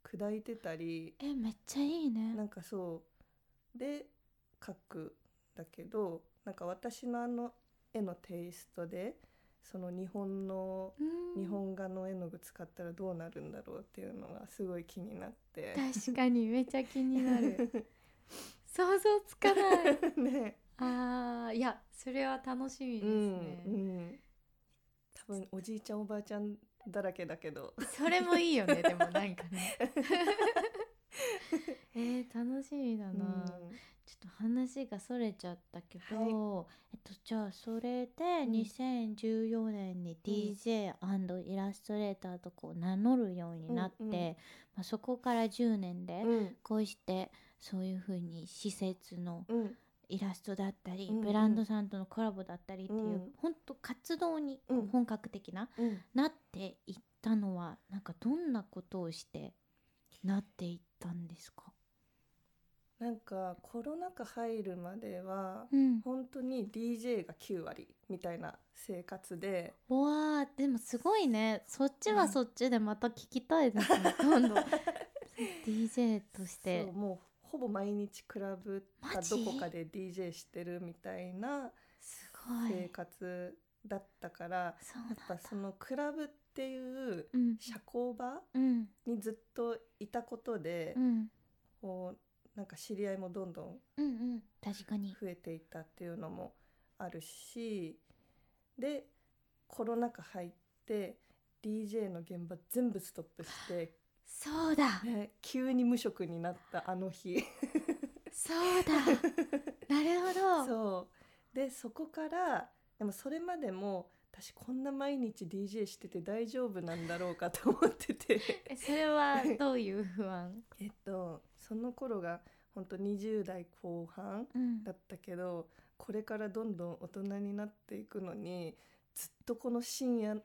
砕いてたり
えめっちゃいいね
なんかそうで描くんだけどなんか私のあの絵のテイストでその日本の
うん
日本画の絵の具使ったらどうなるんだろうっていうのがすごい気になって。
確かにめちゃ気に なる想像つかない
ね、
あーいやそれは楽しみです
う
ね、
ん、うん。多分おじいちゃんおばあちゃんだらけだけど、
それもいいよねでもなんか ねえー、楽しみだな、ちょっと話がそれちゃったけど、えっとじゃあそれで
ん
2014年に DJ& イラストレーターとこう名乗るようになって、
うんうん
まあ、そこから10年で
うん、
こうしてそういうふうに施設の
うん、
イラストだったり、
うんうん
ブランドさんとのコラボだったりっていう、
うん
本当活動にこう
うん
本格的な、
うん
なっていったのはなんかどんなことをしてなっていったんですか、
なんかコロナ禍入るまでは
うん、
本当に DJ が9割みたいな生活で
うわあでもすごいねそっちは
うん
そっちでまた聞きたいです ね今度 DJ として
そうもうほぼ毎日クラブか
マジ
どこかで DJ してるみたいな
すご
生
い
活だったから、
そう
やっぱそのクラブっていう
うん
社交場
うん
にずっといたことで、
うん
こうなんか知り合いもどんどん
うんうん確かに
増えていったっていうのもあるしでコロナ禍入って DJ の現場全部ストップして、
そうだ
ね、急に無職になったあの日
そうだ なるほど
そうでそこからでもそれまでも私こんな毎日 DJ してて大丈夫なんだろうかと思ってて
えそれ はどういう不安
えっとその頃が本当20代後半
うん
だったけどこれからどんどん大人になっていくのにずっとこの深夜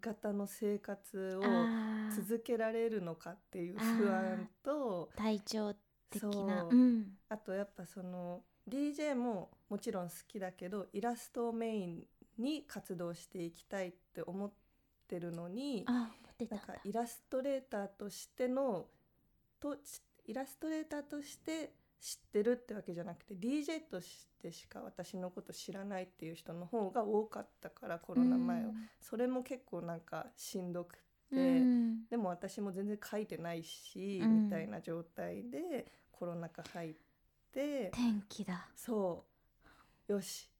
型の生活を
あー
続けられるのかっていう不安と
体調的な
そう
うん
あとやっぱその DJ ももちろん好きだけどイラストをメインに活動していきたいって思ってるのに
あ思ってた
なん
んだ
かイラストレーターとしてのとしイラストレーターとして知ってるってわけじゃなくて DJ としてしか私のこと知らないっていう人の方が多かったからコロナ前は、それも結構なんかしんどく
うん
て、
うん
でも私も全然書いてないし、
うん
みたいな状態でコロナ禍入って
天気だ
そうよし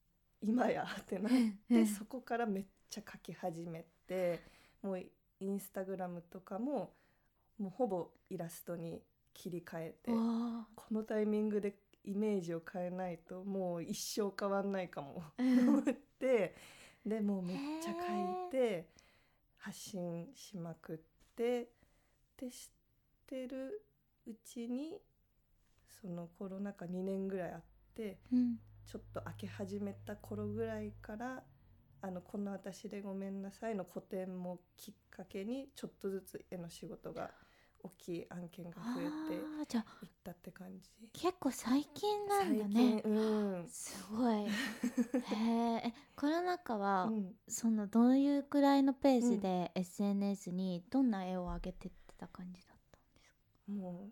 今やってなって
う
で
ん
そ こからめっちゃ書き始めてもうインスタグラムとかももうほぼイラストに切り替えて
わ
こ
あ
のタイミングでイメージを変えないともう一生変わんないかも
うん
と思ってでもうめっちゃ書いて発信しまくってってしてるうちにそのコロナ禍2年ぐらいあって
うん
ちょっと開け始めた頃ぐらいから「あのこんな私でごめんなさい」の個展もきっかけにちょっとずつ絵の仕事が大きい案件が増えてい
あーじゃあ
ったって感じ。
結構最近なんだ
最
ね
近うん
す ごいへーえコロナ禍は、
うん
そのどういうくらいのペースで SNS にどんな絵を上げてってた感じだったんですか、
も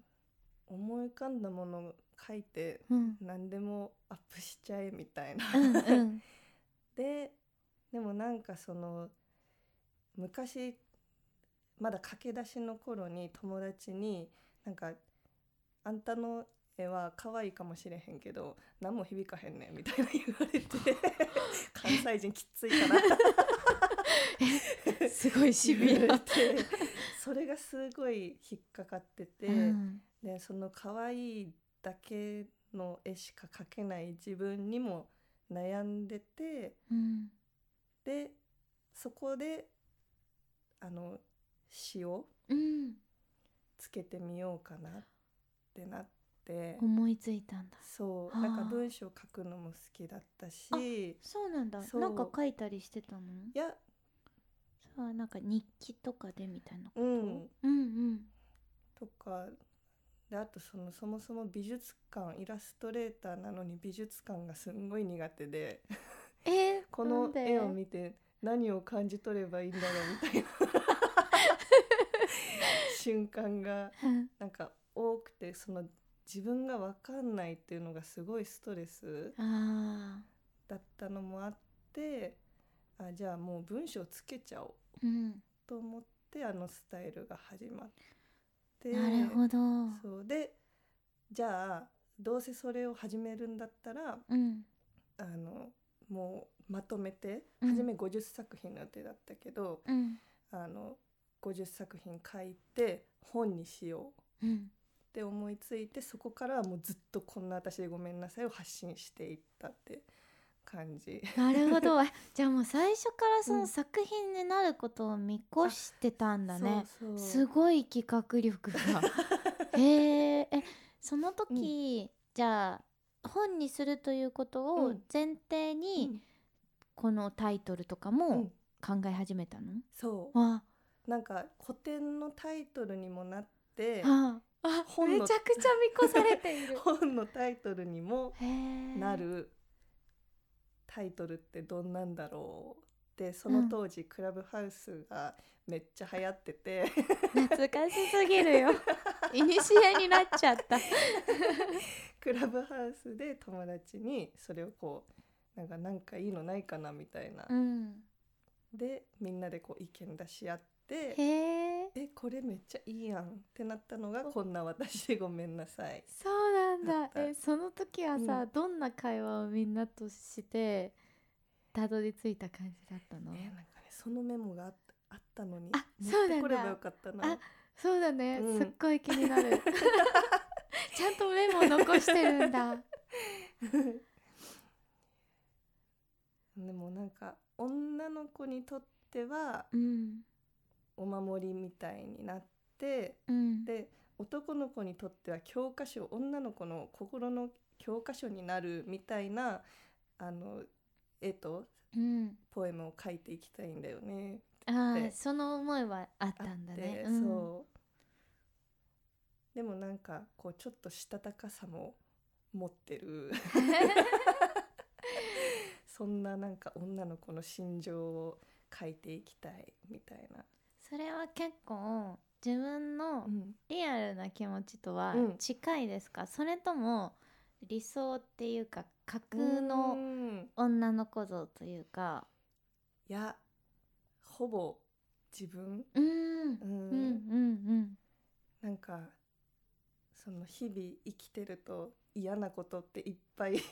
う思い浮かんだものを書いて
うん、
何でもアップしちゃえみたいな。
うんうん
ででもなんかその昔まだ駆け出しの頃に友達になんか「あんたの絵は可愛いかもしれへんけど何も響かへんねん」みたいな言わ れて関西人きっついかなって
すごい
言われてそれがすごい引っかかってて。
うん
でその可愛いだけの絵しか描けない自分にも悩んでて
うん
でそこであの詩を
うん、
つけてみようかなってなって
思いついたんだ
そう
あー
なんか文章書くのも好きだった
あ
し
そうなんだ
そう
なんか書いたりしてたの
いや
さあなんか日記とかでみたいなこと、
うん
うん
とかであとそのそもそも美術館イラストレーターなのに美術館がすんごい苦手 で。
えー、
この
なんで
絵を見て何を感じ取ればいいんだろうみ たいな瞬間が
うん
なんか多くてその自分が分かんないっていうのがすごいストレス
あ
だったのもあってあじゃあもう文章つけちゃお
ー
う
うん
と思ってあのスタイルが始まって
なるほどう
そうでじゃあどうせそれを始めるんだったら
ん
あのもうまとめて
うん
初め50作品の予定だったけど、
うん
あの50作品書いて本にしようっ
うん
て思いついてそこからはもうずっと「こんな私でごめんなさい」を発信していったって感じ。
なるほ どえじゃあもう最初からそうの
ん
作品になることを見越してたんだね、
そうそう
すごい 企画力がへーえその時、じゃあ本にするということ
う
を
ん
前提に、
うん
このタイトルとかも考え始めたの、
そう
わ
なんか古典のタイトルにもなって
ああ
本の
めちゃくちゃ見越されて いる
本のタイトルにも
へー
なるタイトルってどんなんだろうってその当時クラブハウスがめっちゃ流行ってて
懐かしすぎ るよイニシエになっちゃった
クラブハウスで友達にそれをこうなんかなんかいいのないかなみたいな、
うん
でみんなでこう意見出し合って
へえ
えこれめっちゃいいやんってなったのがこんな私でごめんなさい。
そうなん
だ
だ
った
えその時はさ、
う
どんな会話をみんなとしてたどり着いた感じだったの、
ねなんかねそのメモがあっあったのに
あ
持
そう
っ
なん
て
だ
こればよかったな
あそうだね、
うん
すっごい気にな るちゃんとメモ残してるんだ
でもなんか女の子にとっては
うん
お守りみたいになって
うん
で男の子にとっては教科書女の子の心の教科書になるみたいなあの絵と
うん
ポエムを書いていきたいんだよね。
あ
で
あその思いはあっ
あ
たんだ
って
ね
そうでもなんかこうちょっとしたたかさも持っ てるそんななんか女の子の心情を書いていきたいみたいな。
それは結構自分の
うん
リアルな気持ちとは
うん
近いですか、それとも理想っていうか架空
う
の
ん
女の子像というか
いやほぼ自分、
うーん
う
うんんうん
なんかその日々生きてると嫌なことっていっぱい 起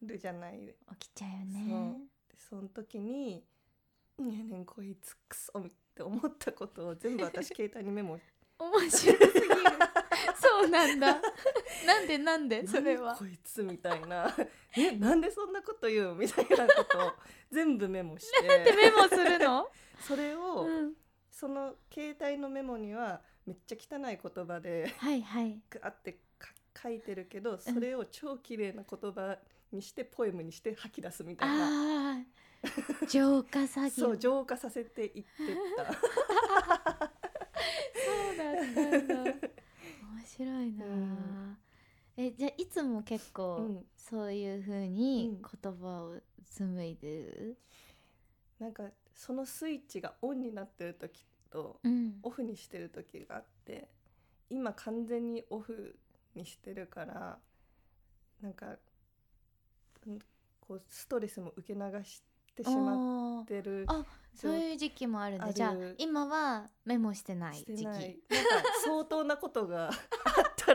きるじゃない
うん起きちゃうよね
そでその時に「いやねんこいつクソ」って思ったことを全部私携帯にメ モ
面白すぎるそうなんだなんでなんでそれ
なん
は
だこいつみたいな 「えなんでそんなこと言う?」みたいなことを全部メモして
で メモするの、
それを、
うん、
その携帯のメモにはめっちゃ汚い言葉で
はいはい
ガーってか書いてるけどそれを超綺麗な言葉にしてポエムにして吐き出すみたいな。
ああ浄化詐欺
そう浄化させていってっ
そうだっ
た、
たんだ面白いなあ、
うん
えじゃあいつも結 構、
うん
そういうふうに
うん
言葉を紡いでる、
なんかそのスイッチがオンになってる時と
うん
オフにしてる時があって今完全にオフにしてるからなんかうんこうストレスも受け流してしま
お
っ
ー
てる
あそういう時期もあるんだ
ある
じゃあ今はメモしてない
して
時期
ないなんか相当なことがあっ た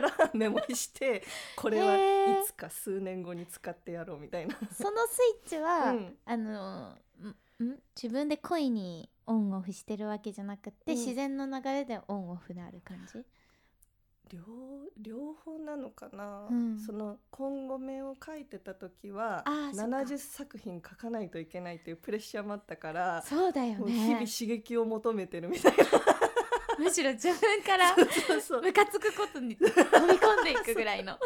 らメモしてこれはいつか数年後に使ってやろうみたいな。
そのスイッチは、
うん
あのんん自分で恋にオンオフしてるわけじゃなくて、
うん
自然の流れでオンオフである感じ
両両方なのかな、
うん
その今後面を書いてた時は
あーそっか
70作品書かないといけないっていうプレッシャーもあったから、
そうだよ
もう日々
ね
刺激を求めてるみたい な
むしろ自分から
そうそう
ムカつくことに飛び込んでいくぐらいの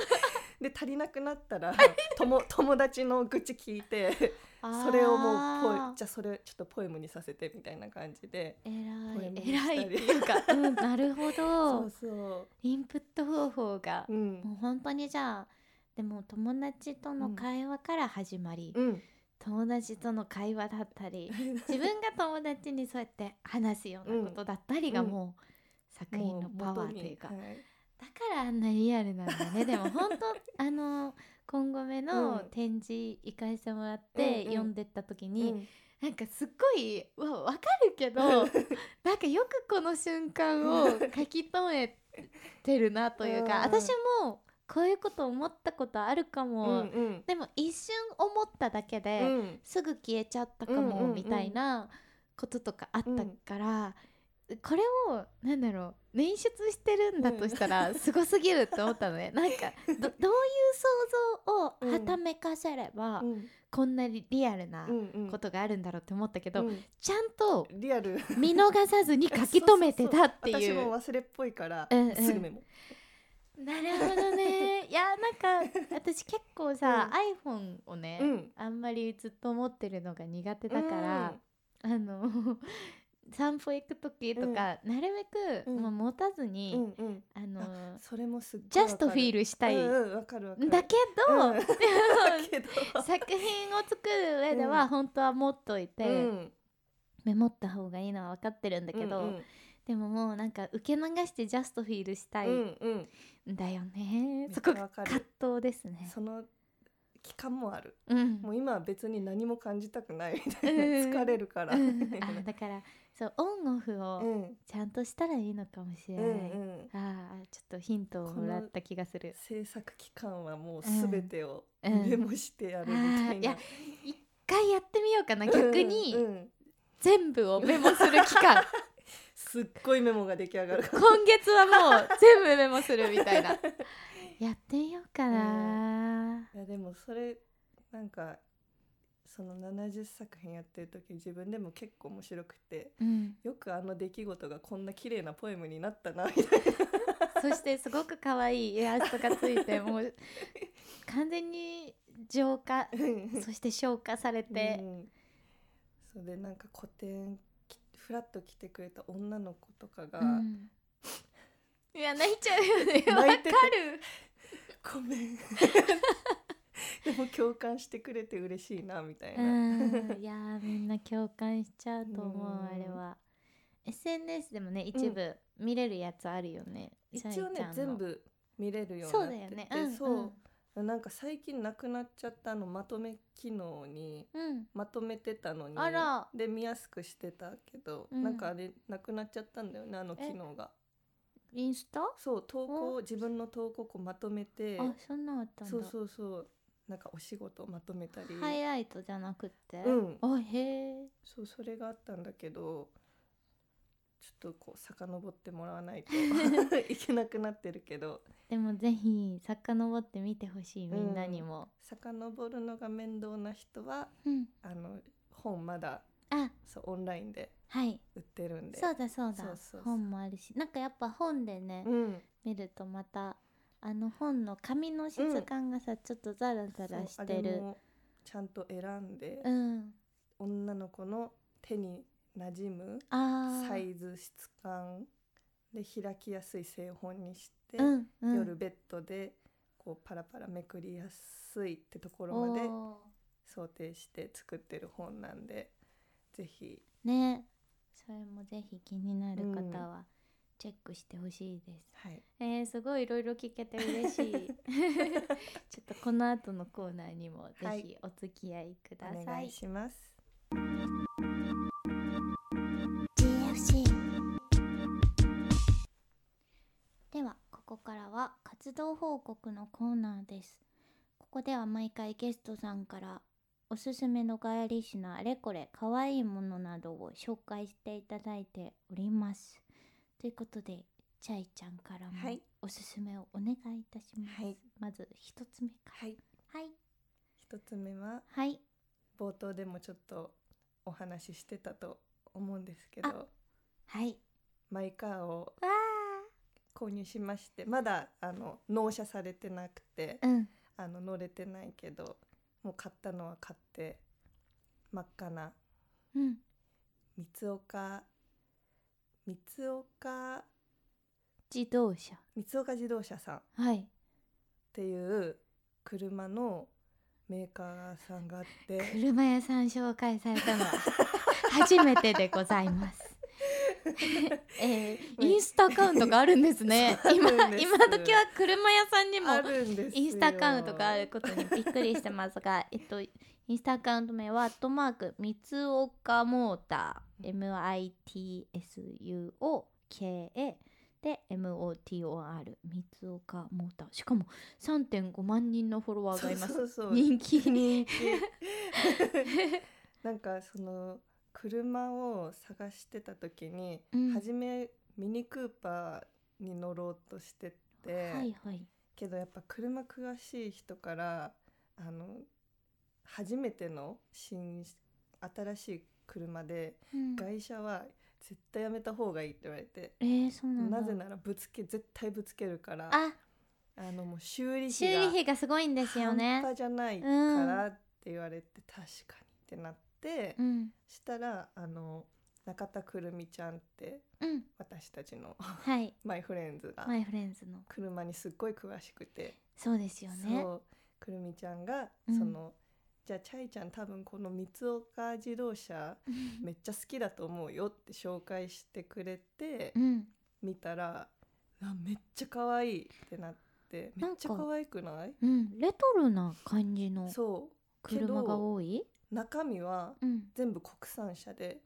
で足りなくなったら友友達の愚痴聞いて それをもうポエ
あー
じゃあそれちょっとポエムにさせてみたいな感じで
え
ポ
ら
エ
い
ムに
えらいっ
した
て
り
いうか、うん、なるほど
そうそ
インプット方法が
う、うん
もう本当にじゃあでも友達との会話から始まり、
うん、
友達との会話だったり自分が友達にそうやって話すようなことだったりが
うん
もう作品のパワーというか、
も元にはい
だからあんなリアルなんだねでも本当あの今後目の
うん
展示行かせてもらって、
うんうん
読んでった時に、
うん
なんかすっごいわわかるけどなんかよくこの瞬間を書き留めてるなというか、
うん
私もこういうこと思ったことあるかも、
うん
でも一瞬思っただけで、
うんうん
すぐ消えちゃったか
うんうんう
も
ん
みたいなこととかあったから、これをなんだろう捻出してるんだとしたら、すごすぎるって思ったの ねなんかどどういう想像をはためかせれば、
うん
こんなリリアルな
うんうん
ことがあるんだろうって思ったけど、
うん
ちゃんと
リアル
見逃さずに 書き留めてたってい
そうそそ私も忘れっぽいから、
うんうん
すぐメモ
なるほどねいやなんか私結構さ、iPhone をね、
うん
あんまりずっと持ってるのが苦手だから、あの 散歩行く時とか、なるべく、
うん
もう持たず
う
に、
んうん
あの
それもすっごい
ジャストフィー
ル
ルしたい、
うんうんわかるわかる
だけど、
うん
でも
だ けど
作品を作る上では、
うん
本当は持っといて、
うん
メモった方がいいのは分かってるんだけど、
うん
でももうなんか受け流してジャストフィールしたい
うんうんん
だよね、
めっ
そ
ちゃ
こが
わかる
葛藤です
うん
ね
その期間もある
うん
もう今は別に何も感じたくないみたいな
うん
疲れるから
う
み
ん
たいな
あだからそうオンオフ
う
を
ん
ちゃんとしたらいいのかもしれ
う
ない、
んうん
あーちょっとヒントをもらった気がする
制作期間はもうすべてを
うん
メモしてやるみた
あー
い
い
な、
や一回やってみようかな逆
うんう
に
ん
全部をメモする期 間
すっごいメモが出来上がるから
今月はもう全部メモするみたいな やってみようかな、
いやでもそれなんかその70作品やってる時自分でも結構面白くて
うん、
よくあの出来事がこんな綺麗なポエムになったなみたいな
そしてすごく可愛いイラストがつい てもう完全に浄 化そして消化され
う
て、
ん、それでなんか古典きフラッと来てくれた女の子とかが、
うんいや泣いちゃうよねわ
泣いてて
かる
ごめんでも共感してくれて嬉しいなみたいな、
うんいやーみんな共感しちゃうと思う、
うん
あれは SNS でもね一部見れるやつあるよね、
一
シャ
応
イちゃんの
ね全部見れるよ
そうう
に
だよ
なってて
ねうん
そうなんか最近なくなっちゃったあのまとめ機能に
うん、うん
まとめてたのに
あら
で見やすくしてたけど、
うん
なんかあれなくなっちゃったんだよねあの機能が
インスタ、
そう投稿
お
自分の投稿をこうまとめて
あそんなのあったんだ
そうそうそうなんかお仕事をまとめたり、
ハイライトじゃなくて、
うん
あへえ
そうそれがあったんだけどちょっとこう遡ってもらわないと いけなくなってるけど
でもぜひ遡って見てほしいみんなにも、
遡るのが面倒な人は
うん
あの本まだ
あ
そうオンラインで
はい
売ってるんで
そうだそうだ
そうそうそう
本もあるしなんかやっぱ本でね、
うん、
見るとまたあの本の紙の質感がさ、ちょっとザラザラし
そう
て
あれ
る
もちゃんと選んで、
うん
女の子の手になじむ
あー
サイズ質感で開きやすい製本にして、
うんうん、
夜ベッドでこうパラパラめくりやすいってところまで
お
想定して作ってる本なんでぜひ
ーねそれもぜひ気になる方はチェックしてほしいです、
はい
えー、すごいいろいろ聞けて嬉 しい ちょっとこの後のコーナーにもぜ
は
ひお付き合いくだ
お
さ
願
い
いします
GFC ではここからは活動報告のコーナーですここでは毎回ゲストさんからおすすめのガヤリッシュなあれこれかわいいものなどを紹介していただいておりますということでチャイちゃんからも
はい
おすすめをお願いいたします、
はい
まず一つ目か
はい
らはい
一つ目は
はい
冒頭でもちょっとお話ししてたと思うんですけど
はい
マイカーを
わ
購入しましてまだあの納車されてなくて
ーうん
あの乗れてないけどもう買ったのは買って真っ赤な
うん
三岡三岡
自動車
三岡自動車さんっ
はい
ていう車のメーカーさんがあって
車屋さん紹介されたの は初めてでございます。えーインスタアカウントがあるんですね。
そう
今
あるんです
今時は車屋さんにも
あるんですよ
インスタアカウントがあることにびっくりしてますが、えっとインスタアカウント名はアットマーク三岡モーター M I T S U O K A で M O T O R 三岡モーターしかも3.5万人のフォロワーがいます。
そうそうそう
人気
人 気なんかその車を探してた時に、
うん
初めミニクーパーに乗ろうとしてて、
はいはい。
けどやっぱ車詳しい人からあの初めての新新しい車で
うん
外車は絶対やめた方がいいって言われて、
えー、そうなんだ
なぜならぶつけ絶対ぶつけるから
あ
あのもう修理
修
費
理
が
費がすごいんですよね
半端じゃないか
うん
らって言われて、確かにってなって、
うん
したらあの中田くるみちゃんって
うん
私たちの
はい
マイフレンズが
マイフレンズの
車にすっごい詳しくて、
そうですよね
そうくるみちゃんが
うん
その、じゃあチャイちゃん多分この三岡自 動車めっちゃ好きだと思うよって紹介してくれて
う、ん
見たらあめっちゃ可愛いってなってめ
な
っ
んか
ちゃ可愛くない
うんレトロな感じの
そ
車
け
が
ど
多い
うん中身は
うん
全部国産車で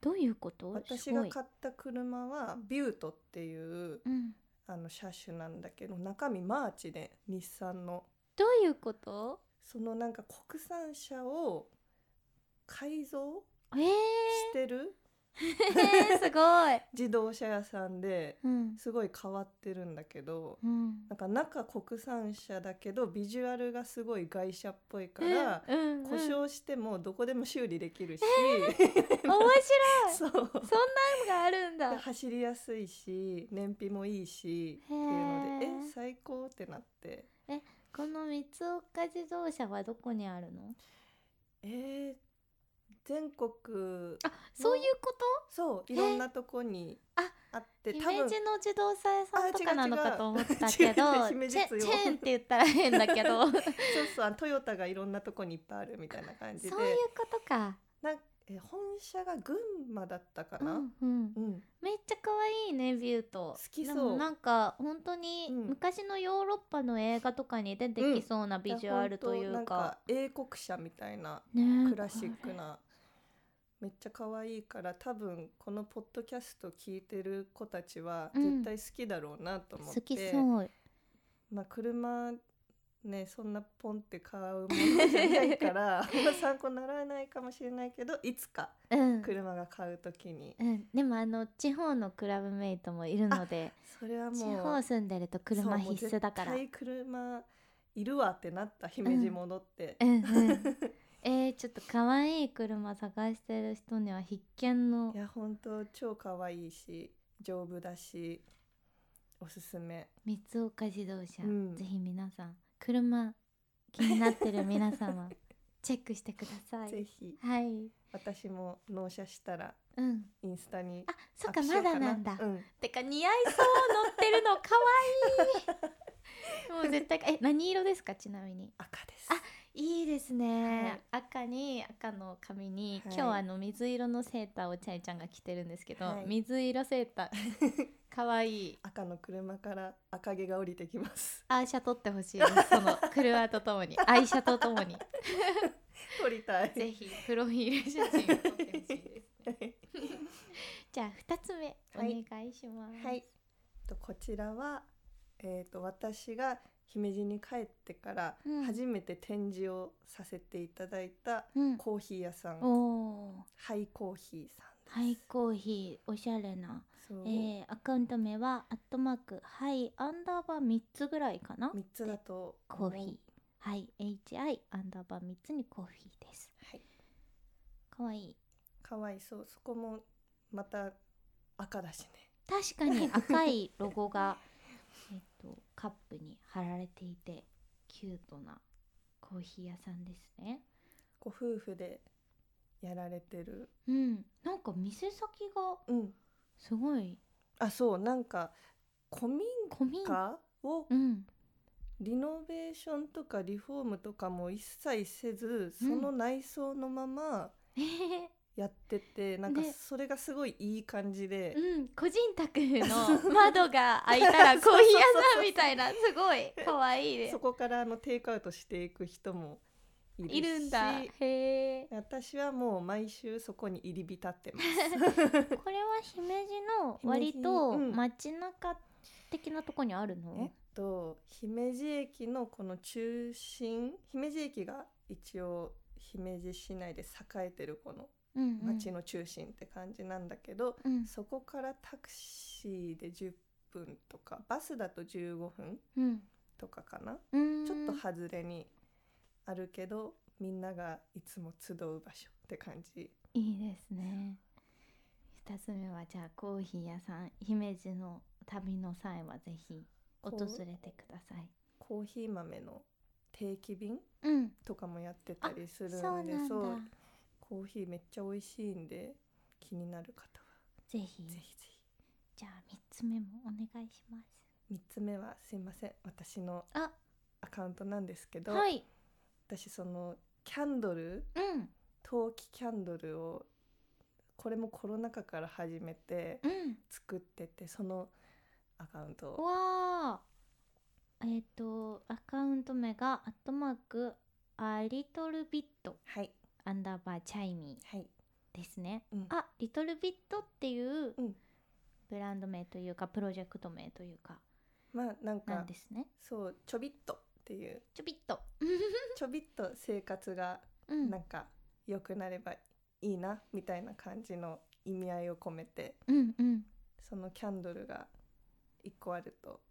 どういうこと
私
すご
が
い
買った車はビュートっていう
うん
あの車種なんだけど中身マーチで日産の
どういうこと
そのなんか国産車を改造
えー、
してる
えー、すごい
自動車屋さんで
うん
すごい変わってるんだけど
うん
なんか中国産車だけどビジュアルがすごい外車っぽいか
うん
ら
うん
故
うん、
障してもどこでも修理できるし、
面白い
そう
そんなんがあるんだ
で走りやすいし燃費もいいしって
へ
い
ー
うのでえ最高ってなって
この三岡自動車はどこにあるの
えー、全国
あそういうこ
そういろんなとこに
あ
あっ
と
て
姫
多分
路の自動車屋さんとかなの
あ違う違
か
う
と思ったけど
違う違う姫路
チェ
強
チェーンって言ったら変だけ どそういう
そうそうあのトヨタがいろんなとこにいっぱいあるみたいな感じで
ことか、
なんえ本社が群馬だったか
う
な、
んうん、
うん
めっちゃ可愛いねビュート
好きそう
でもなんか本当に
うん
昔のヨーロッパの映画とかに出てきそうなビジュアルとい
やほん
う
となん
か,、
英国車みたいな
ねえ
クラシックなめっちゃ可愛いから多分このポッドキャスト聞いてる子たちは
うん
絶対好きだろうなと思っ
好
て、
きそう
まあ車ねそんなポンって買うものじゃないから あんま参考にならないかもしれないけどいつか
うん、
車が買うときに、
うん、でもあの地方のクラブメイトもいるので
それは
地
も
方
う
住んでると
そうも
車
う
必須だから
絶対車いるわってなった姫路戻って、
うんうん、 えー、ちょっと可愛い車探してる人には必見の
いや本当超可愛いし丈夫だしおすすめ
三岡自動車、
うん
ぜひ皆さん車気になってる皆 様チェックしてください
ぜひ
はい
私も納車したら
うん
インスタに
あそっか
アップしよ
ま
うか
だなんだ、
うん、
てか似合いそう乗ってるの可愛いもう絶対え何色ですかちなみに
赤です
あいいですね、赤に赤の髪に、
はい
今日はあの水色のセーターをチャイちゃんが着てるんですけど、
はい
水色セーター 可愛い
赤の車から赤毛が降りてきます
アイシャ撮ってほしいですその車ととも にアイシャとともに
撮りたい
ぜひプロフィール写真を撮ってほしいですね じゃあ二つ目お
はい
願いします
はい、とこちらは、えー、と私が姫路に帰ってから
うん
初めて展示をさせていただいた
うん、
コーヒー屋さん、
おお
ハイコーヒーさんです。
ハイコーヒーおしゃれな、
そう、
えー、アカウント名はアットマークハイアンダーバー三つぐらいかな
三つだと
コーヒー。はい HI アンダーバー3つにコーヒーです
はい、
かわいい
かわいいそうそこもまた赤だしね
確か に赤いロゴがえっとカップに貼られていてキュートなコーヒー屋さんですね
ご夫婦でやられてる
うんなんか店先が
うん
すごい
あそうなんか古民
古民家
家を
うん
リノベーションとかリフォームとかも一切せずその内装のまま
えへ
やってて、なんか
ね
それがすごいいい感じで
へ、うん個人宅 の窓が開いたらコーヒー屋さんみたいなすごいかわいいね
そこからあのテイクアウトしていく人もいるし
いるんだへえ
私はもう毎週そこに入り浸ってます
これは姫路の割と
姫路うん
街中的なとこにある
えっ
の、
と姫路駅のこの中心姫路駅が一応姫路市内で栄えてるこの
うんうん、
町の中心って感じなんだけど、
うん
そこからタクシーで10分とかバスだと15分
うん
とかかな、
うーん
ちょっと外れにあるけどみんながいつも集う場所って感じ
いいですね二つ目はじゃあコーヒー屋さん姫路の旅の際はぜひ
お
訪れてください。
コーヒー豆の定期便
うん、
とかもやってたりするんで
そうなんだ。
コーヒーめっちゃ美味しいんで気になる方は
ぜひ
ぜひぜひ
じゃあ三つ目もお願いします。
3つ目はすいません私の
あ
アカウントなんですけど、
はい、
私そのキャンドル
うん、
陶器キャンドルをこれもコロナ禍から始めて
うん、
作っててそのアカウントを
わあ。えっ、とアカウント名がアットマークあリトルビット
はい
アンダーバーチャイミ
はい、
ーですね。
うん
あリトルビットっていう
うん
ブランド名というかプロジェクト名というか
まあなん
な
か
んですね。
そうちょびっとっていう
ちょびっ と。
ちょびっと生活が
うん
なんか良くなればいいなみたいな感じの意味合いを込めて
うんうん。
そのキャンドルが1個あると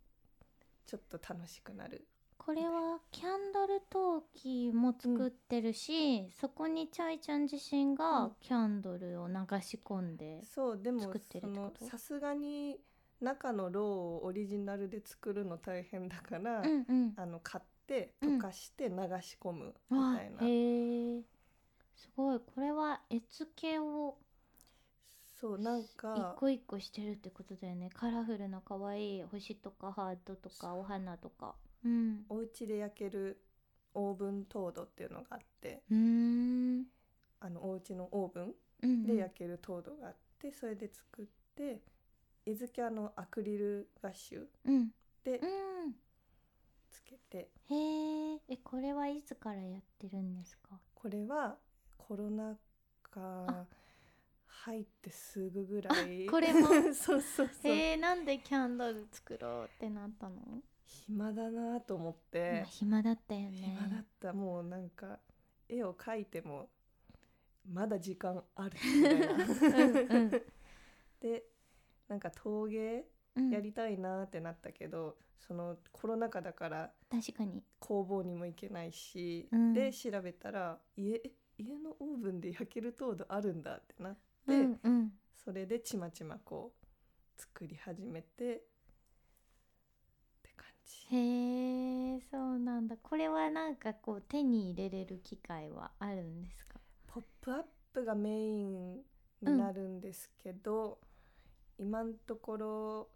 ちょっと楽しくなる
これはキャンドル陶器も作ってるし、そこにチャイちゃん自身
う
が
ん
キャンドルを流し込んで、
そうでも
作ってる
そ
ってこ
の
と
さすがに中のローをオリジナルで作るの大変だから、
うんうん
あの買って
うん
溶かして流し込むみ
わあ
たいな、
へえすごいこれは絵付けを
そうなん
一
か
個一個してるってことだよねカラフルな可愛い星とかハートと
そ
かお花とかうん
お家で焼けるオーブン糖度っていうのがあって
うーん
あのお家のオーブン
うん
で焼ける糖度があって、それで作って絵付けはあのアクリルガッシュ
うん
で
うん
つけて、
へええこれはいつからやってるんですか
これはコロナ禍入ってすぐぐらい
あこれも
そうそうそう
へえなんでキャンドル作ろうってなったの、
暇だなと思っ
まあ
て、
暇だったよね
暇だったもうなんか絵を描いてもまだ時間あるみたいな
うんうん
でなんか陶芸
うん
やりたいなってなったけど、そのコロナ禍だから
確かに
工房にも行けないし、
うん
で調べたら家え家のオーブンで焼ける糖度あるんだってなって、
うんうん
それでちまちまこう作り始めてって感じ。
へえそうなんだこれはなんかこう手に入れれる機会はあるんですか
ポップアップがメインになるんですけど、今のところ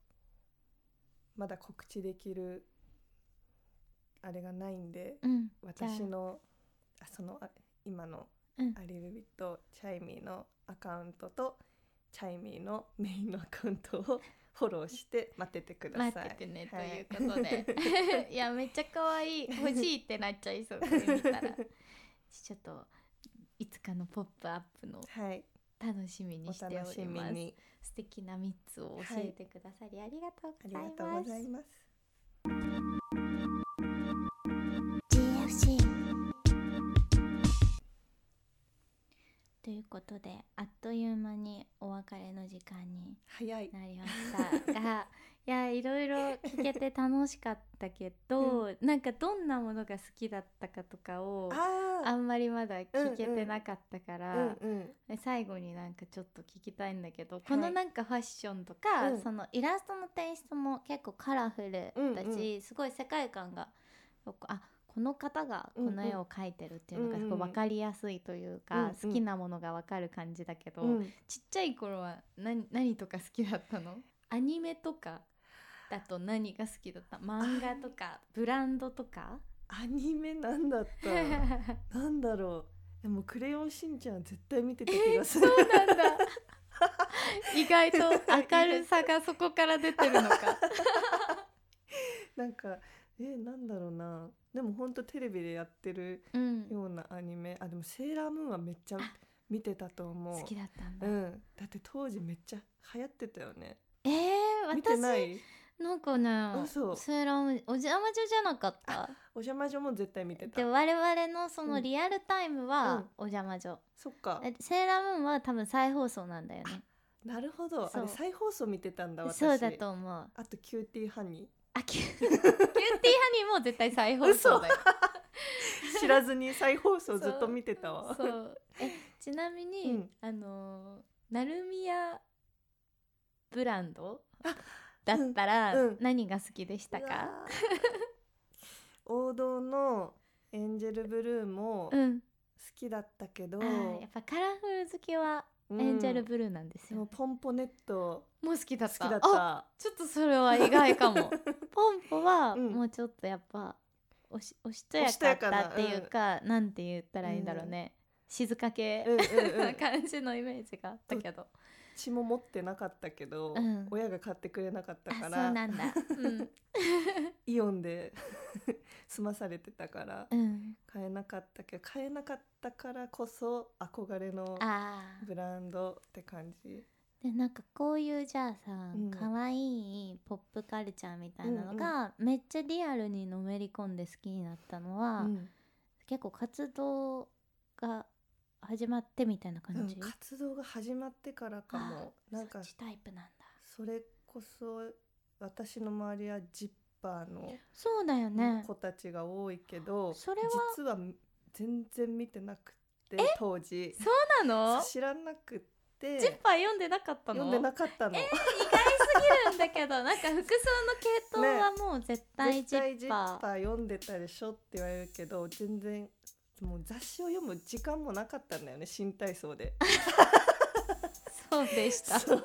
まだ告知できるあれがないんで、
うんじゃあ
私のあそのあ今の
うん
アリルビットチャイミーのアカウントとチャイミーのメインのアカウントを フォローして待っててください。
待っててね、
はい
ということでいやめっちゃ可愛い欲しいってなっちゃいそうこれ見 たら ちょっといつかのポップアップの
はい、
楽しみにしてお
お
り
楽しみ
ます
に。
素敵な3つを教えてくださり、ありがとう
あ
ご
り
ざ
が
い
とう
ま
ござい
す
ます。
GFC
ということであっという間にお別れの時間に
早い。
なりました がいやいろいろ聞けて楽しかったけど、なんかどんなものが好きだったかとかを
あ
あんまりまだ聞けてなかったから、
あ、うんうん。
で最後になんかちょっと聞きたいんだけど、このなんかファッションとか、
うん
そのイラストのテイストも結構カラフルだし、
うん
すごい世界観がよくあこの方がこの絵を描いてるっていうのが
うん
す
うん
ごい分かりやすいという
うんう
か
ん、
好きなものが分かる感じだけど、
うん
ちっちゃい頃は何何とか好きだったのアニメとかだと何が好きだった漫画とかブランドとか
アニメなんだった。なんだろう。でもクレヨンしんちゃん絶対見てた気 がする。
そうなんだ 意外と明るさがそこから出てるの か
なんかえなんだろうな。でも本当テレビでやってる
うん
ようなアニメ。あでもセーラームーンはめっちゃ見てたと思う。
好きだったんだ、
うん。だって当時めっちゃ流行ってたよね。
えー、
見て
私な
ない。
んかね
嘘
セーラームーンお邪魔女じゃなかった
お邪魔女も絶対見てた
で。我々のそうの
ん
リアルタイム
うん
はお邪魔女、
そっか。
えセーラームーンは多分再放送なんだよね
なるほど。あ
そう
れ再放送見てたんだ私。
そうだと思う
あとキューティーハニ
あキュキューティー ハニーも絶対再放送だよ
ー。知らずに再放送ずっと見てたわ。
そうえちなみに、
うん
あのーナルミヤブランドだったら
うんうん
何が好きでした
うわ
か、
ー王道のエンジェルブルーも
う
好
ん
きだったけど、
あーやっぱカラフル好きはエンジェルブルーなんです
うんでも
よ、
ポンポネット
もう好きだ
好
っ
き
た
だっ
あ
た
ちょっとそれは意外かもポンポは
うん
もうちょっとやっぱおしおしとやかだったっていうかなんて言ったらいいんだろうね、静か系
うんうんう
なん感じのイメージがあったけど、
血も持ってなかったけど、
うん
親が買ってくれなかった
あそ
か
う
ら
なんだうん、
イオンで 済まされてたから
うん、
買えなかったけど買えなかったからこそ憧れの
あー
ブランドって感じ。
でなんかこういうじゃあさ
うん
可愛、いポップカルチャーみたいなのが、めっちゃリアルにのめり込んで好きになったのは、
うん
結構活動が始まってみたいな
う
感じ、
ん、活動が始まってからかも
あー
なんか
そっちタイプなんだ
それこそ私の周りはジッパーの
そうだよね
子たちが多いけど、
それは
実は全然見てなくて当時
そうなの
知らなくて
ジッパー読んでなかったの
読んでなかったの、
見るんだけどなんか服装の系統はもう絶対
絶
ジ
対ジ
ッ
ッ
パ
パ
ー
ー読んでたでしょって言われるけど全然もう雑誌を読む時間もなかったんだよね新体操で
そうでした そっ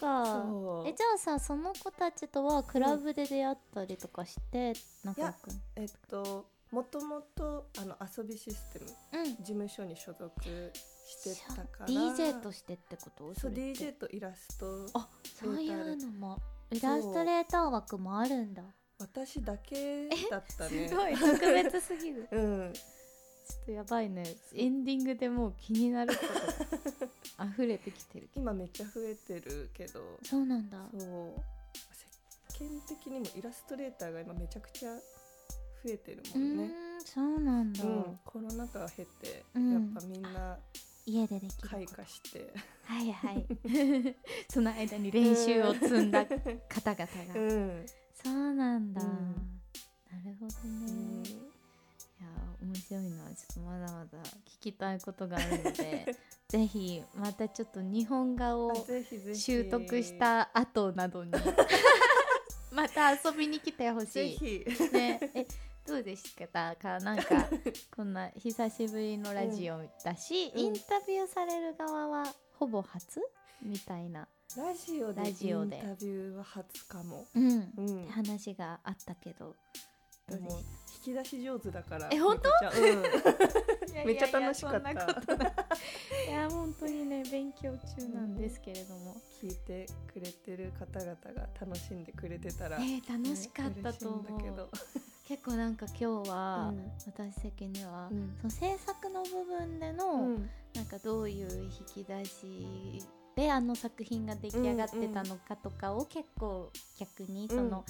か
そう
えじゃあさその子たちとはクラブで出会ったりとかして仲良く
えっともともとあの遊びシステム事
うん
務所に所属してたから
DJ としてってこと
そう
れって
DJ とイラスト
あそうい
レーター
う
で
のもイラストレーター枠もあるんだ
私だけだった ね
すご い特別すぎる
うん
ちょっとやばいねエンディングでもう気になること が溢れてきてる
今めっちゃ増えてるけど
そうなんだ
そう世間的にもイラストレーターが今めちゃくちゃ増えてるもん
う
ね
ーんそうなんだ、
うん、コロナ禍を経て、
うん
やっぱみんな
家でできる
開
こと
花して、
はいはい その間に練習を積んだ方 々が、
うん、
そうなんだ、
うん
なるほどね、いや面白いなちょっとまだまだ聞きたいことがあるの でぜひまたちょっと日本画
あ
を
ぜひぜひ
習得した後な どにまた遊びに来てほ
ぜ
し
ひ
い、ね、えどうでしたかなんかこんな久しぶりのラジオだし、
うん
インタビューされる側はほぼ初みたいな、
ラジオで
ラ
イ
ジオ
ン
で
タビューは初かも、
うん
うん、
話があったけど。
でも引き出し上手だから
え本当
みこちゃんうんめっちゃ楽しかっ
いやいやいやそんなこと
た
いや本当にね勉強中なんですけれども、
聞いてくれてる方々が楽しんでくれてたら、
えー楽しかったと思う、
ね嬉しいんだけど
結構なんか今日は、
うん
私的には、
うん
その制作の部分での、
うん
なんかどういう引き出しであの作品が出来上がってたのかとかを結構逆にその、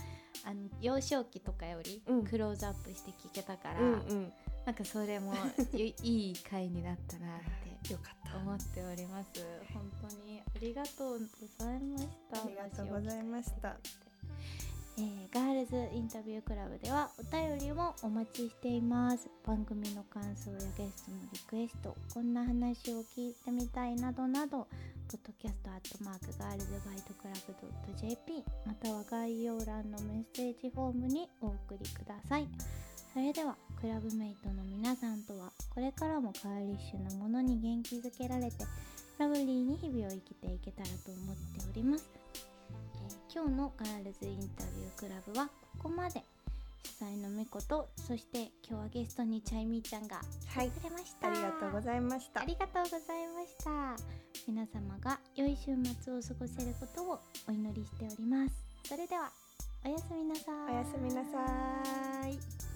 あの幼少期とかより
うん
クローズアップして聞けたから、
うんうん
なんかそれも いいい回になったなって
よかった
思っております。本当にありがとうございました。
ありがとうございました
えーガールズインタビュークラブではお便りもお待ちしています番組の感想やゲストのリクエストこんな話を聞いてみたいなどなどポッドキャストアットマークガールズバイトクラブドット JP または概要欄のメッセージフォームにお送りくださいそれではクラブメイトの皆さんとはこれからもガーリッシュなものに元気づけられてラブリーに日々を生きていけたらと思っておりますえー今日のガールズインタビュークラブはここまで主催のみことそして今日はゲストにチャイミーちゃんが
は
来
い
てくれました、
ありがとうございました
ありがとうございました皆様が良い週末を過ごせることをお祈りしておりますそれではおやすみなさーい
おやすみなさーい